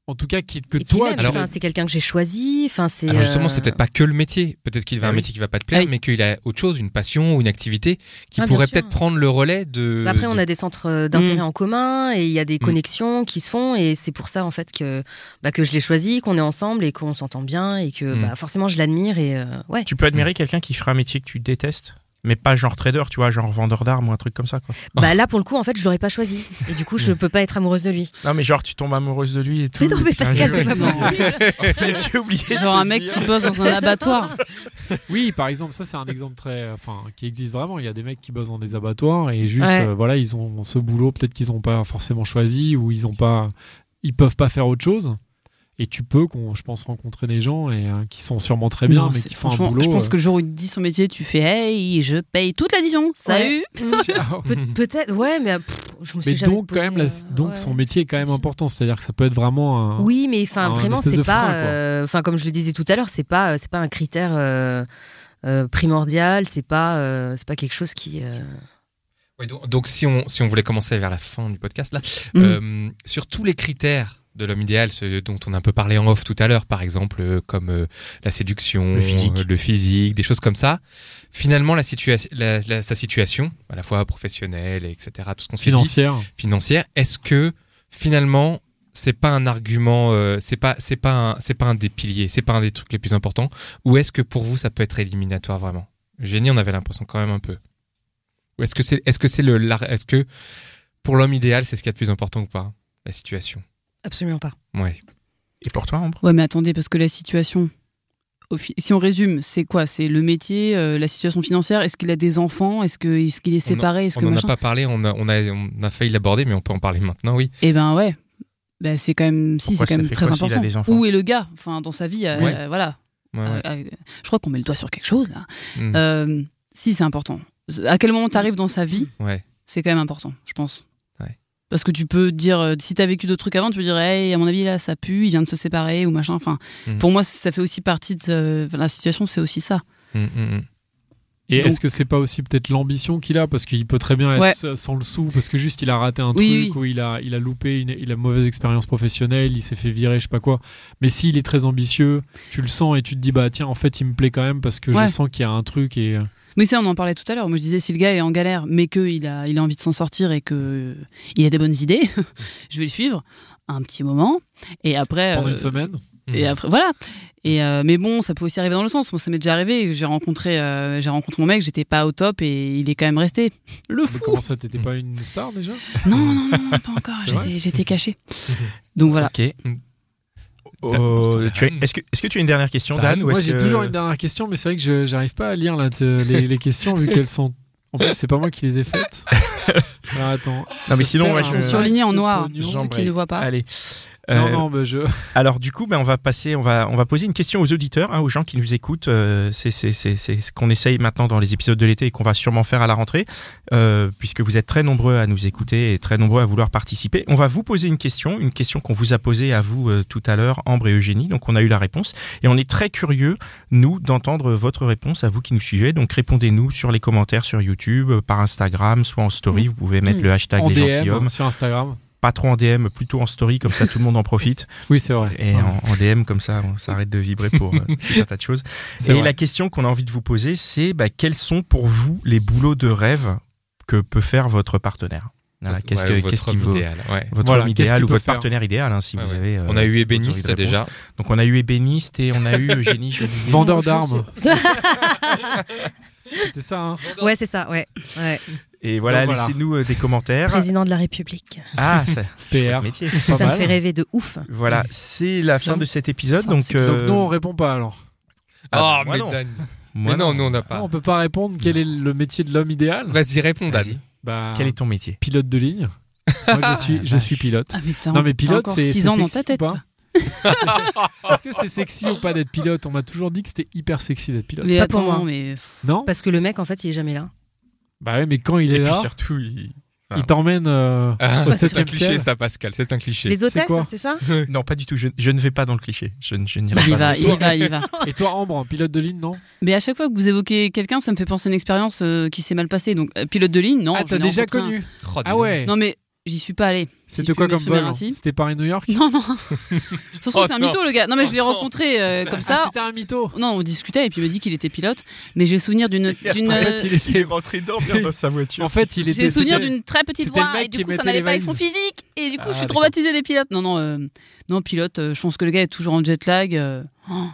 Speaker 6: En tout cas, qui- que
Speaker 4: Et puis
Speaker 6: toi.
Speaker 4: même,
Speaker 6: tu-
Speaker 5: alors-
Speaker 4: enfin, c'est quelqu'un que j'ai choisi. Enfin, c'est.
Speaker 5: Alors justement,
Speaker 4: euh,
Speaker 5: c'est peut-être pas que le métier. Peut-être qu'il a
Speaker 1: Ah
Speaker 5: un
Speaker 1: oui.
Speaker 5: métier qui va pas te plaire,
Speaker 3: Ah oui.
Speaker 5: mais qu'il a autre chose, une passion ou une activité qui
Speaker 4: Ah, bien
Speaker 5: pourrait
Speaker 4: sûr.
Speaker 5: peut-être prendre le relais de.
Speaker 6: Mmh.
Speaker 4: Bah, Après, on
Speaker 5: de-
Speaker 4: a des centres euh, d'intérêt
Speaker 3: Mm.
Speaker 4: en commun et il y a des connexions qui se font et c'est pour ça en fait que bah, que je l'ai choisi, qu'on est ensemble et qu'on s'entend bien et que
Speaker 6: Mmh.
Speaker 5: Mm.
Speaker 4: bah, forcément je l'admire et euh, ouais.
Speaker 1: Tu peux admirer quelqu'un qui fera un métier que tu détestes, mais pas genre trader, tu vois, genre vendeur d'armes ou un truc comme ça. Quoi.
Speaker 6: Oh.
Speaker 4: Bah là pour le coup en fait je l'aurais pas choisi et du coup je
Speaker 6: Mmh.
Speaker 4: peux pas être amoureuse
Speaker 6: [LAUGHS]
Speaker 4: de lui.
Speaker 1: Non, mais genre tu tombes amoureuse de lui et tout.
Speaker 4: Mais non
Speaker 1: et
Speaker 4: mais
Speaker 1: puis un
Speaker 4: Pascal
Speaker 1: jour,
Speaker 4: c'est pas
Speaker 1: il te dit- [LAUGHS]
Speaker 4: possible.
Speaker 1: J'ai oublié de
Speaker 3: Genre
Speaker 1: te
Speaker 3: un mec
Speaker 1: dire.
Speaker 3: qui bosse dans un abattoir.
Speaker 6: Oui, par exemple, ça c'est un exemple très, euh, enfin, qui existe vraiment. Il y a des mecs qui bossent dans des abattoirs et juste,
Speaker 4: Ouais.
Speaker 6: euh, voilà, ils ont ce boulot peut-être qu'ils n'ont pas forcément choisi ou ils ont pas, ils peuvent pas faire autre chose. Et tu peux, qu'on, je pense, rencontrer des gens et euh, qui sont sûrement très bien,
Speaker 3: Non,
Speaker 6: mais
Speaker 3: c'est-
Speaker 6: qui font un
Speaker 3: franchement,
Speaker 6: boulot.
Speaker 3: Je pense
Speaker 6: euh,
Speaker 3: que le jour où il te dit son métier, tu fais Hey, je paye toute l'addition. Salut.
Speaker 4: Pe- peut-être ouais mais euh, pff, je me
Speaker 6: Ah
Speaker 4: suis
Speaker 6: Mais
Speaker 4: jamais
Speaker 6: donc,
Speaker 4: posé,
Speaker 6: quand même, la-
Speaker 4: euh,
Speaker 6: donc
Speaker 4: ouais.
Speaker 6: son métier est quand même
Speaker 4: question.
Speaker 6: important. C'est-à-dire que ça peut être vraiment un.
Speaker 4: Oui, mais enfin
Speaker 6: un
Speaker 4: vraiment,
Speaker 6: espèce de
Speaker 4: c'est
Speaker 6: frein,
Speaker 4: pas,
Speaker 6: quoi.
Speaker 4: euh, enfin comme je le disais tout à l'heure, c'est pas, euh, c'est pas un critère euh, euh, primordial, c'est pas, euh, c'est pas quelque chose qui. euh,
Speaker 5: Ouais, donc, donc si on si on voulait commencer vers la fin du podcast là,
Speaker 3: Mhm.
Speaker 5: euh, sur tous les critères de l'homme idéal, ce dont on a un peu parlé en off tout à l'heure, par exemple, euh, comme euh, la séduction,
Speaker 1: Le physique.
Speaker 5: euh, le physique, des choses comme ça. Finalement, la situation, sa situation, à la fois professionnelle, etc., tout ce qu'on s'est dit,
Speaker 6: Financière.
Speaker 5: financière. Est-ce que finalement c'est pas un argument, euh, c'est pas c'est pas un- c'est pas un des piliers, c'est pas un des trucs les plus importants, ou est-ce que pour vous ça peut être éliminatoire vraiment Génie, on avait l'impression quand même un peu. Ou est-ce que c'est est-ce que c'est le la- est-ce que pour l'homme idéal c'est ce qui est le plus important ou pas la situation
Speaker 4: Absolument pas.
Speaker 5: Ouais.
Speaker 1: Et pour toi, Ambre
Speaker 3: Ouais, mais attendez, parce que la situation. au fi- Si on résume, c'est quoi C'est le métier, euh, la situation financière. Est-ce qu'il a des enfants Est-ce que- est-ce qu'il est,
Speaker 5: On en-
Speaker 3: séparé Est-ce
Speaker 5: On
Speaker 3: que
Speaker 5: n'en a
Speaker 3: machin
Speaker 5: pas parlé, on a on a on a failli l'aborder, mais on peut en parler maintenant, oui.
Speaker 3: Eh ben ouais. Ben, c'est quand même si
Speaker 1: Pourquoi
Speaker 3: c'est quand
Speaker 1: ça
Speaker 3: même
Speaker 1: fait
Speaker 3: très
Speaker 1: quoi s'il a
Speaker 3: important.
Speaker 1: des enfants
Speaker 3: Où est le gars Enfin, dans sa vie, euh,
Speaker 5: Ouais.
Speaker 3: euh, voilà.
Speaker 5: Ouais, ouais.
Speaker 3: Euh, euh, je crois qu'on met le doigt sur quelque chose là.
Speaker 5: Mm.
Speaker 3: Euh, si c'est important. À quel moment t'arrives dans sa vie
Speaker 5: Ouais.
Speaker 3: c'est quand même important, je pense.
Speaker 5: Ouais.
Speaker 3: Parce que tu peux dire, euh, si t'as vécu d'autres trucs avant, tu peux dire, hey, à mon avis, là, ça pue, il vient de se séparer ou machin. Enfin,
Speaker 5: Mhm.
Speaker 3: pour moi, ça fait aussi partie de euh, la situation, c'est aussi ça.
Speaker 5: Mm, mm, mm.
Speaker 6: Et
Speaker 3: Donc-
Speaker 6: est-ce que c'est pas aussi peut-être l'ambition qu'il a Parce qu'il peut très bien être
Speaker 3: Ouais.
Speaker 6: sa- sans le sou, parce que juste il a raté un
Speaker 3: Oui,
Speaker 6: truc, ou il a, il a loupé une, il a une mauvaise expérience professionnelle, il s'est fait virer, je sais pas quoi. Mais s'il est très ambitieux, tu le sens et tu te dis, bah tiens, en fait, il me plaît quand même parce que
Speaker 3: Ouais.
Speaker 6: je sens qu'il y a un truc et. euh,
Speaker 3: Mais ça, on en parlait tout à l'heure. Moi, je disais, si le gars est en galère, mais qu'il a, il a envie de s'en sortir et que euh, il a des bonnes idées, [LAUGHS] je vais le suivre un petit moment. Et après.
Speaker 6: Pendant
Speaker 3: euh,
Speaker 6: une
Speaker 3: [LAUGHS]
Speaker 6: semaine Mhm.
Speaker 3: Et après, voilà. Et euh, mais bon, ça peut aussi arriver dans le sens. Moi, ça m'est déjà arrivé. J'ai rencontré, euh, j'ai rencontré mon mec. J'étais pas au top et il est quand même resté. [LAUGHS] Le
Speaker 6: Mais
Speaker 3: fou.
Speaker 6: comment ça, t'étais pas une star déjà
Speaker 3: [LAUGHS] Non, non, non, pas encore. [LAUGHS]
Speaker 6: C'est vrai
Speaker 3: J'étais- J'étais caché. Donc voilà.
Speaker 1: Ok. Oh, tu as- Est-ce que, est que tu as une dernière question, Bah, Dan ou
Speaker 6: Moi,
Speaker 1: est-ce
Speaker 6: j'ai
Speaker 1: que-
Speaker 6: toujours une dernière question, mais c'est vrai que je j'arrive pas à lire là, te- les, les questions vu qu'elles sont. En plus, c'est pas moi qui les
Speaker 1: [LAUGHS]
Speaker 6: ai faites. Alors attends.
Speaker 1: Non, mais
Speaker 6: Se
Speaker 1: sinon,
Speaker 6: faire
Speaker 1: ouais,
Speaker 6: un
Speaker 1: je-
Speaker 3: Ils sont
Speaker 6: rack
Speaker 3: surlignés en
Speaker 6: de
Speaker 3: noir,
Speaker 6: pognon.
Speaker 3: ceux qui
Speaker 1: ouais.
Speaker 3: ne voient pas.
Speaker 1: Allez.
Speaker 6: Non,
Speaker 1: Euh,
Speaker 6: non, mais je.
Speaker 1: Alors du coup, ben, on va passer, on va, on va poser une question aux auditeurs, hein, aux gens qui nous écoutent. Euh, c'est c'est- c'est- c'est ce qu'on essaye maintenant dans les épisodes de l'été et qu'on va sûrement faire à la rentrée, euh, puisque vous êtes très nombreux à nous écouter et très nombreux à vouloir participer. On va vous poser une question, une question qu'on vous a posée à vous euh, tout à l'heure, Ambre et Eugénie. Donc on a eu la réponse et on est très curieux, nous, d'entendre votre réponse à vous qui nous suivez. Donc répondez-nous sur les commentaires sur YouTube, euh, par Instagram, soit en story. Vous pouvez mettre le hashtag
Speaker 6: En
Speaker 1: les
Speaker 6: DM
Speaker 1: gentilshommes,
Speaker 6: sur Instagram.
Speaker 1: pas trop en DM, plutôt en story, comme ça tout le monde en profite
Speaker 6: Oui, c'est vrai.
Speaker 1: et
Speaker 6: Ouais.
Speaker 1: en, en DM comme ça on s'arrête de vibrer [LAUGHS] pour euh, tout un tas de choses
Speaker 6: C'est
Speaker 1: et
Speaker 6: vrai.
Speaker 1: la question qu'on a envie de vous poser c'est bah, quels sont pour vous les boulots de rêve que peut faire votre partenaire Voilà,
Speaker 5: Votre-
Speaker 1: Ah, qu'est-ce
Speaker 5: ouais,
Speaker 1: que
Speaker 5: votre
Speaker 1: qu'est-ce qui
Speaker 5: homme
Speaker 1: vaut
Speaker 5: idéal, ouais.
Speaker 1: votre
Speaker 6: Voilà,
Speaker 1: homme
Speaker 6: qu'est-ce
Speaker 1: idéal
Speaker 6: qu'il
Speaker 1: ou
Speaker 6: peut
Speaker 1: votre
Speaker 6: faire
Speaker 1: partenaire idéal hein, si
Speaker 5: Ouais,
Speaker 1: vous
Speaker 5: ouais.
Speaker 1: avez euh,
Speaker 5: On a eu
Speaker 1: autorité
Speaker 5: ébéniste
Speaker 1: de
Speaker 5: déjà.
Speaker 1: réponse. donc on a eu ébéniste et on a [LAUGHS] eu Eugénie je l'ai dit.
Speaker 6: Vendeur
Speaker 4: Je
Speaker 6: d'armes.
Speaker 4: sais-
Speaker 3: [LAUGHS]
Speaker 6: C'était ça, hein
Speaker 4: Ouais, c'est ça, ouais. ouais.
Speaker 1: et voilà,
Speaker 6: Donc, voilà.
Speaker 1: laissez-nous euh, des commentaires
Speaker 4: Président de la République.
Speaker 1: ah ça
Speaker 6: PR.
Speaker 1: métier
Speaker 6: Pas
Speaker 4: ça me
Speaker 6: mal.
Speaker 4: fait rêver de ouf.
Speaker 1: voilà c'est la fin
Speaker 3: Non.
Speaker 1: de cet épisode
Speaker 3: Ça,
Speaker 1: donc,
Speaker 3: c'est-
Speaker 6: Donc,
Speaker 1: euh,
Speaker 6: non, on répond pas alors.
Speaker 1: ah,
Speaker 5: Ah,
Speaker 1: bah, moi
Speaker 5: mais
Speaker 1: non.
Speaker 5: Dan.
Speaker 1: moi
Speaker 5: mais non, nous on n'a
Speaker 6: Ah,
Speaker 5: pas.
Speaker 6: on peut pas répondre quel est le métier de l'homme idéal
Speaker 5: Vas-y, réponds,
Speaker 1: Vas-y.
Speaker 5: Dan.
Speaker 6: Bah,
Speaker 1: quel est ton métier
Speaker 6: pilote
Speaker 1: [LAUGHS]
Speaker 6: de ligne. Moi, je suis, je suis pilote.
Speaker 3: Ah, putain,
Speaker 6: Non, mais
Speaker 3: t'as
Speaker 6: pilote,
Speaker 3: encore
Speaker 6: c'est.
Speaker 3: 6
Speaker 6: c'est
Speaker 3: ans dans
Speaker 6: sexy
Speaker 3: ta tête.
Speaker 6: ou pas
Speaker 1: [LAUGHS]
Speaker 3: toi.
Speaker 6: [LAUGHS] Est-ce que c'est sexy ou pas d'être pilote On m'a toujours dit que c'était hyper sexy d'être pilote.
Speaker 3: Mais
Speaker 4: Pas pour
Speaker 3: attends,
Speaker 4: moi.
Speaker 3: mais
Speaker 6: Non
Speaker 4: Parce que le mec, en fait, il est jamais là.
Speaker 6: Bah ouais, mais quand il
Speaker 1: et
Speaker 6: est
Speaker 1: puis
Speaker 6: là,
Speaker 1: surtout il-
Speaker 6: il t'emmène euh,
Speaker 3: [LAUGHS]
Speaker 5: Ah,
Speaker 6: au
Speaker 5: c'est un
Speaker 6: septième
Speaker 5: cliché,
Speaker 6: ciel.
Speaker 5: ça, Pascal. C'est un cliché.
Speaker 4: Les hôtesses,
Speaker 6: quoi [LAUGHS]
Speaker 4: c'est ça
Speaker 1: non pas du tout je, je ne vais pas dans le cliché je, ne- je
Speaker 6: Eh
Speaker 1: n'irai
Speaker 6: ben,
Speaker 3: Il
Speaker 1: pas
Speaker 3: y va, il y va, il
Speaker 6: [LAUGHS]
Speaker 3: y va.
Speaker 6: Et toi, Ambre, pilote de ligne, non
Speaker 3: Mais à chaque fois que vous évoquez quelqu'un, ça me fait penser à une expérience euh, qui s'est mal passée. Donc, euh, pilote de ligne, non.
Speaker 6: Ah,
Speaker 3: je
Speaker 6: t'as
Speaker 3: l'ai
Speaker 6: déjà
Speaker 3: rencontré un-
Speaker 6: connu
Speaker 5: Oh, dis
Speaker 6: Ah
Speaker 5: donc.
Speaker 6: ouais
Speaker 3: Non, mais j'y suis pas allée. [LAUGHS]
Speaker 6: C'était
Speaker 3: si je
Speaker 6: quoi
Speaker 3: peux me
Speaker 6: comme vol
Speaker 3: souvenir
Speaker 6: hein
Speaker 3: ainsi.
Speaker 6: C'était Paris-New York [LAUGHS]
Speaker 3: Non, non. Ça se trouve,
Speaker 5: Oh,
Speaker 3: c'est un
Speaker 5: non.
Speaker 3: mytho, le gars. Non, mais je l'ai
Speaker 5: Oh, non.
Speaker 3: rencontré
Speaker 6: [LAUGHS]
Speaker 3: euh, comme
Speaker 6: Ah,
Speaker 3: ça.
Speaker 6: C'était un mytho
Speaker 3: Non, on discutait et puis il me dit qu'il était pilote. Mais j'ai souvenir d'une. d'une,
Speaker 6: En
Speaker 3: euh,
Speaker 6: fait, [LAUGHS] il était-
Speaker 1: rentré dormir
Speaker 6: dans
Speaker 1: sa voiture.
Speaker 6: en fait, il était.
Speaker 3: J'ai souvenir
Speaker 6: c'était-
Speaker 3: d'une très petite
Speaker 6: c'était le
Speaker 3: voix
Speaker 6: mec
Speaker 3: et du
Speaker 6: qui
Speaker 3: coup ça
Speaker 6: mettait
Speaker 3: n'allait
Speaker 6: les
Speaker 3: pas avec son
Speaker 6: valises.
Speaker 3: physique et du coup
Speaker 5: Ah,
Speaker 3: je suis
Speaker 5: d'accord.
Speaker 3: traumatisée des pilotes. Non non euh, non pilote, euh, je pense que le gars est toujours en jet lag. euh, oh,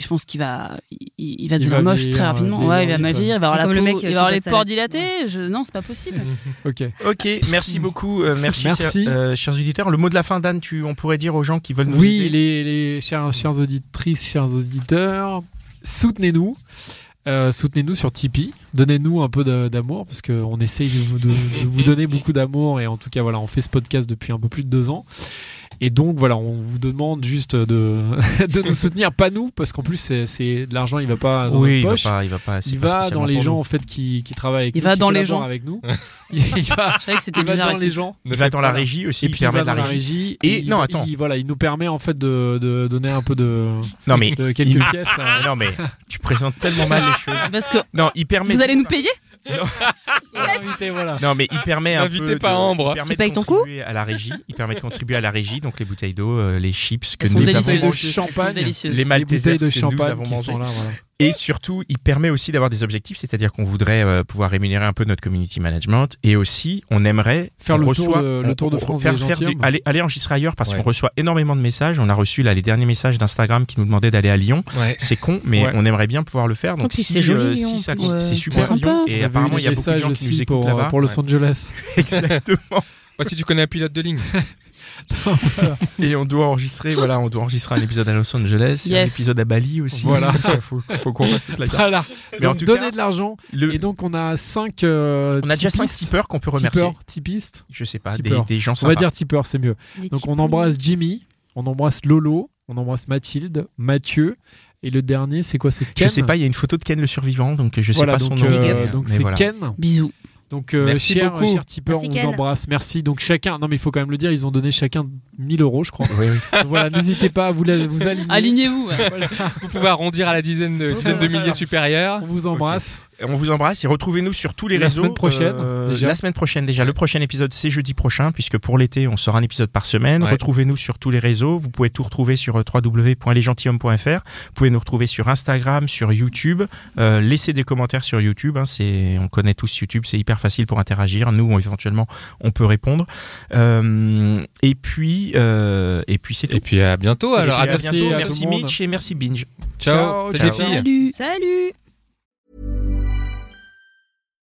Speaker 3: je pense qu'il va il, il- il va
Speaker 6: Il
Speaker 3: devenir
Speaker 6: va
Speaker 3: moche
Speaker 6: vieillir,
Speaker 3: très
Speaker 6: euh,
Speaker 3: rapidement.
Speaker 6: vieillir
Speaker 3: Ouais, il va
Speaker 6: vite,
Speaker 3: mal
Speaker 6: ouais.
Speaker 3: vieillir, il va avoir
Speaker 4: Et
Speaker 3: la
Speaker 4: comme le
Speaker 3: peau-
Speaker 4: mec, euh,
Speaker 3: il va
Speaker 4: qui
Speaker 3: avoir
Speaker 4: passe
Speaker 3: les
Speaker 4: à la-
Speaker 3: pores dilatés. Je- non c'est
Speaker 6: [LAUGHS]
Speaker 3: pas possible.
Speaker 6: [LAUGHS] Ok.
Speaker 1: Ok, merci beaucoup, euh, merci,
Speaker 6: Merci.
Speaker 1: chers- euh, chers auditeurs. Le mot de la fin, Dan, tu, on pourrait dire aux gens qui veulent nous
Speaker 6: Oui,
Speaker 1: aider.
Speaker 6: les, les chers, chers auditrices, chers auditeurs, soutenez-nous. Euh, soutenez-nous sur Tipeee, donnez-nous un peu de- d'amour parce qu'on essaye de, vous- de- de vous
Speaker 3: [LAUGHS]
Speaker 6: donner beaucoup d'amour et en tout cas voilà on fait ce podcast depuis un peu plus de deux ans et donc voilà on vous demande juste de, [LAUGHS] de nous soutenir pas nous parce qu'en plus c'est, c'est de l'argent il va pas dans
Speaker 1: oui, il
Speaker 6: notre
Speaker 1: va
Speaker 6: poche
Speaker 1: pas, il va pas. c'est
Speaker 6: il
Speaker 1: pas
Speaker 6: va
Speaker 1: spécialement
Speaker 6: dans les
Speaker 1: pour
Speaker 6: gens
Speaker 1: nous.
Speaker 6: en fait qui, qui travaillent avec
Speaker 3: Il
Speaker 6: nous,
Speaker 3: va
Speaker 6: qui
Speaker 3: dans les
Speaker 6: collaborent
Speaker 3: gens.
Speaker 6: avec
Speaker 3: [LAUGHS]
Speaker 6: nous il va,
Speaker 3: Je savais que c'était
Speaker 6: il va
Speaker 3: bizarre.
Speaker 6: dans les
Speaker 3: ici.
Speaker 6: gens
Speaker 5: Ne
Speaker 1: Il va
Speaker 5: fais
Speaker 1: dans
Speaker 5: pas
Speaker 1: la
Speaker 5: la-
Speaker 1: régie aussi.
Speaker 6: et
Speaker 1: il
Speaker 6: puis il
Speaker 1: permet
Speaker 6: va
Speaker 1: de la
Speaker 6: dans la
Speaker 1: régie.
Speaker 6: régie
Speaker 1: Et
Speaker 6: il-
Speaker 1: non, attends.
Speaker 6: il, voilà il nous permet en fait de, de donner un peu de
Speaker 1: Non mais, [LAUGHS]
Speaker 6: de quelques
Speaker 1: il-
Speaker 6: pièces euh, à-
Speaker 1: non mais, tu présentes tellement mal les choses.
Speaker 3: Parce que
Speaker 6: Ah,
Speaker 1: Non, il permet.
Speaker 3: vous allez nous payer
Speaker 6: à inviter, voilà.
Speaker 1: Non mais il permet un
Speaker 5: N'invitez
Speaker 1: peu
Speaker 5: pas
Speaker 1: de-
Speaker 5: Ambre.
Speaker 1: il permet
Speaker 4: Tu
Speaker 1: de
Speaker 4: payes ton coup
Speaker 1: contribuer à la régie. Il permet de contribuer à la régie, donc les bouteilles d'eau, euh, les chips que
Speaker 3: Elles sont
Speaker 1: nous avons
Speaker 3: délicieuses.
Speaker 6: bouteilles de
Speaker 1: mangées,
Speaker 3: Elles sont
Speaker 6: champagne.
Speaker 3: délicieuses.
Speaker 1: les
Speaker 6: Les bouteilles
Speaker 1: Maltesers
Speaker 6: de
Speaker 1: que nous
Speaker 6: champagne
Speaker 1: avons
Speaker 6: qui
Speaker 1: mangées.
Speaker 6: sont là, voilà.
Speaker 1: Et surtout, il permet aussi d'avoir des objectifs, c'est-à-dire qu'on voudrait euh, pouvoir rémunérer un peu notre community management. Et aussi, on aimerait
Speaker 6: Faire
Speaker 1: on
Speaker 6: le tour
Speaker 1: reçoit-
Speaker 6: de- le
Speaker 1: on-
Speaker 6: tour de
Speaker 1: on-
Speaker 6: France
Speaker 1: faire-
Speaker 6: des
Speaker 1: faire
Speaker 6: gentilshommes.
Speaker 1: aller, aller enregistrer ailleurs parce
Speaker 5: Ouais.
Speaker 1: qu'on reçoit énormément de messages. On a reçu là les derniers messages d'Instagram qui nous demandaient d'aller à Lyon.
Speaker 5: Ouais.
Speaker 1: C'est con, mais
Speaker 6: Ouais.
Speaker 1: on aimerait bien pouvoir le faire. Donc
Speaker 4: puis
Speaker 1: si, euh,
Speaker 4: c'est joli, Lyon,
Speaker 1: si
Speaker 4: en
Speaker 1: ça,
Speaker 3: plus. Ouais,
Speaker 1: c'est
Speaker 3: c'est
Speaker 1: super
Speaker 3: sympa.
Speaker 1: Lyon. Et
Speaker 6: On a
Speaker 1: apparemment,
Speaker 6: vu
Speaker 1: il y a
Speaker 6: des
Speaker 1: beaucoup de
Speaker 6: messages
Speaker 1: gens qui nous
Speaker 6: aussi
Speaker 1: écoutent
Speaker 6: pour, euh,
Speaker 1: là-bas.
Speaker 6: pour Los
Speaker 1: Ouais.
Speaker 6: Angeles.
Speaker 1: Exactement.
Speaker 5: Moi, si tu connais un pilote de ligne.
Speaker 1: Et on doit enregistrer. Voilà, on doit enregistrer un épisode à Los Angeles, et un
Speaker 3: Yes.
Speaker 1: épisode à Bali aussi.
Speaker 6: Voilà.
Speaker 1: [LAUGHS] faut, faut qu'on fasse toute
Speaker 6: [LAUGHS]
Speaker 1: la carte.
Speaker 6: Voilà.
Speaker 1: Mais en
Speaker 6: Donc,
Speaker 1: tout
Speaker 6: donnez
Speaker 1: cas,
Speaker 6: de l'argent.
Speaker 1: le-
Speaker 6: Et donc, on a euh, 5
Speaker 1: on a déjà 5 tipeurs qu'on peut remercier.
Speaker 6: tipeurs, tipistes.
Speaker 1: Je sais pas, des,
Speaker 6: Tipeurs.
Speaker 1: des gens
Speaker 6: On
Speaker 1: sympas.
Speaker 6: va dire tipeurs, c'est mieux.
Speaker 4: Des
Speaker 6: Donc,
Speaker 4: petits
Speaker 6: on
Speaker 4: poules.
Speaker 6: embrasse Jimmy, on embrasse Lolo, on embrasse Mathilde, Mathieu. Et le dernier, c'est quoi C'est Ken
Speaker 1: Je sais pas, il y a une photo de Ken le survivant, donc je sais
Speaker 6: Voilà,
Speaker 1: pas
Speaker 6: donc,
Speaker 1: son nom.
Speaker 6: euh,
Speaker 4: Big up.
Speaker 6: donc
Speaker 1: Mais
Speaker 6: c'est
Speaker 1: voilà.
Speaker 6: Ken.
Speaker 3: Bisous.
Speaker 6: Donc, euh,
Speaker 5: Merci
Speaker 6: cher,
Speaker 5: beaucoup.
Speaker 6: cher tipeur,
Speaker 4: Merci,
Speaker 6: on
Speaker 4: Ken.
Speaker 6: vous embrasse. Merci. Donc, chacun, non, mais il faut quand même le dire, ils ont donné chacun 1000 euros, je crois.
Speaker 1: Oui, oui.
Speaker 6: Donc, voilà, n'hésitez pas à vous, la- vous aligner. [LAUGHS]
Speaker 3: Alignez-vous. ouais.
Speaker 5: Vous pouvez arrondir à la dizaine de, dizaine de milliers supérieurs.
Speaker 6: On vous embrasse.
Speaker 1: Et On vous embrasse et retrouvez-nous sur tous les
Speaker 6: La
Speaker 1: réseaux. euh,
Speaker 6: semaine prochaine, déjà.
Speaker 1: La semaine prochaine déjà. Le prochain épisode c'est jeudi prochain puisque pour l'été on sort un épisode par semaine.
Speaker 5: Ouais.
Speaker 1: Retrouvez-nous sur tous les réseaux. Vous pouvez tout retrouver sur euh, www.lesgentilhommes.fr. Vous pouvez nous retrouver sur Instagram, sur YouTube. Euh, laissez des commentaires sur YouTube. hein. c'est on connaît tous YouTube. C'est hyper facile pour interagir. Nous on- éventuellement on peut répondre. Euh, et puis euh, et puis c'est tout.
Speaker 5: Et puis à bientôt alors.
Speaker 1: Et
Speaker 5: À
Speaker 1: puis, à
Speaker 5: bientôt.
Speaker 6: merci
Speaker 1: bientôt.
Speaker 6: à
Speaker 1: Merci
Speaker 6: tout le monde.
Speaker 1: Mitch et merci Binge.
Speaker 5: Ciao.
Speaker 6: Ciao,
Speaker 5: Salut les
Speaker 6: ciao.
Speaker 5: filles.
Speaker 4: Salut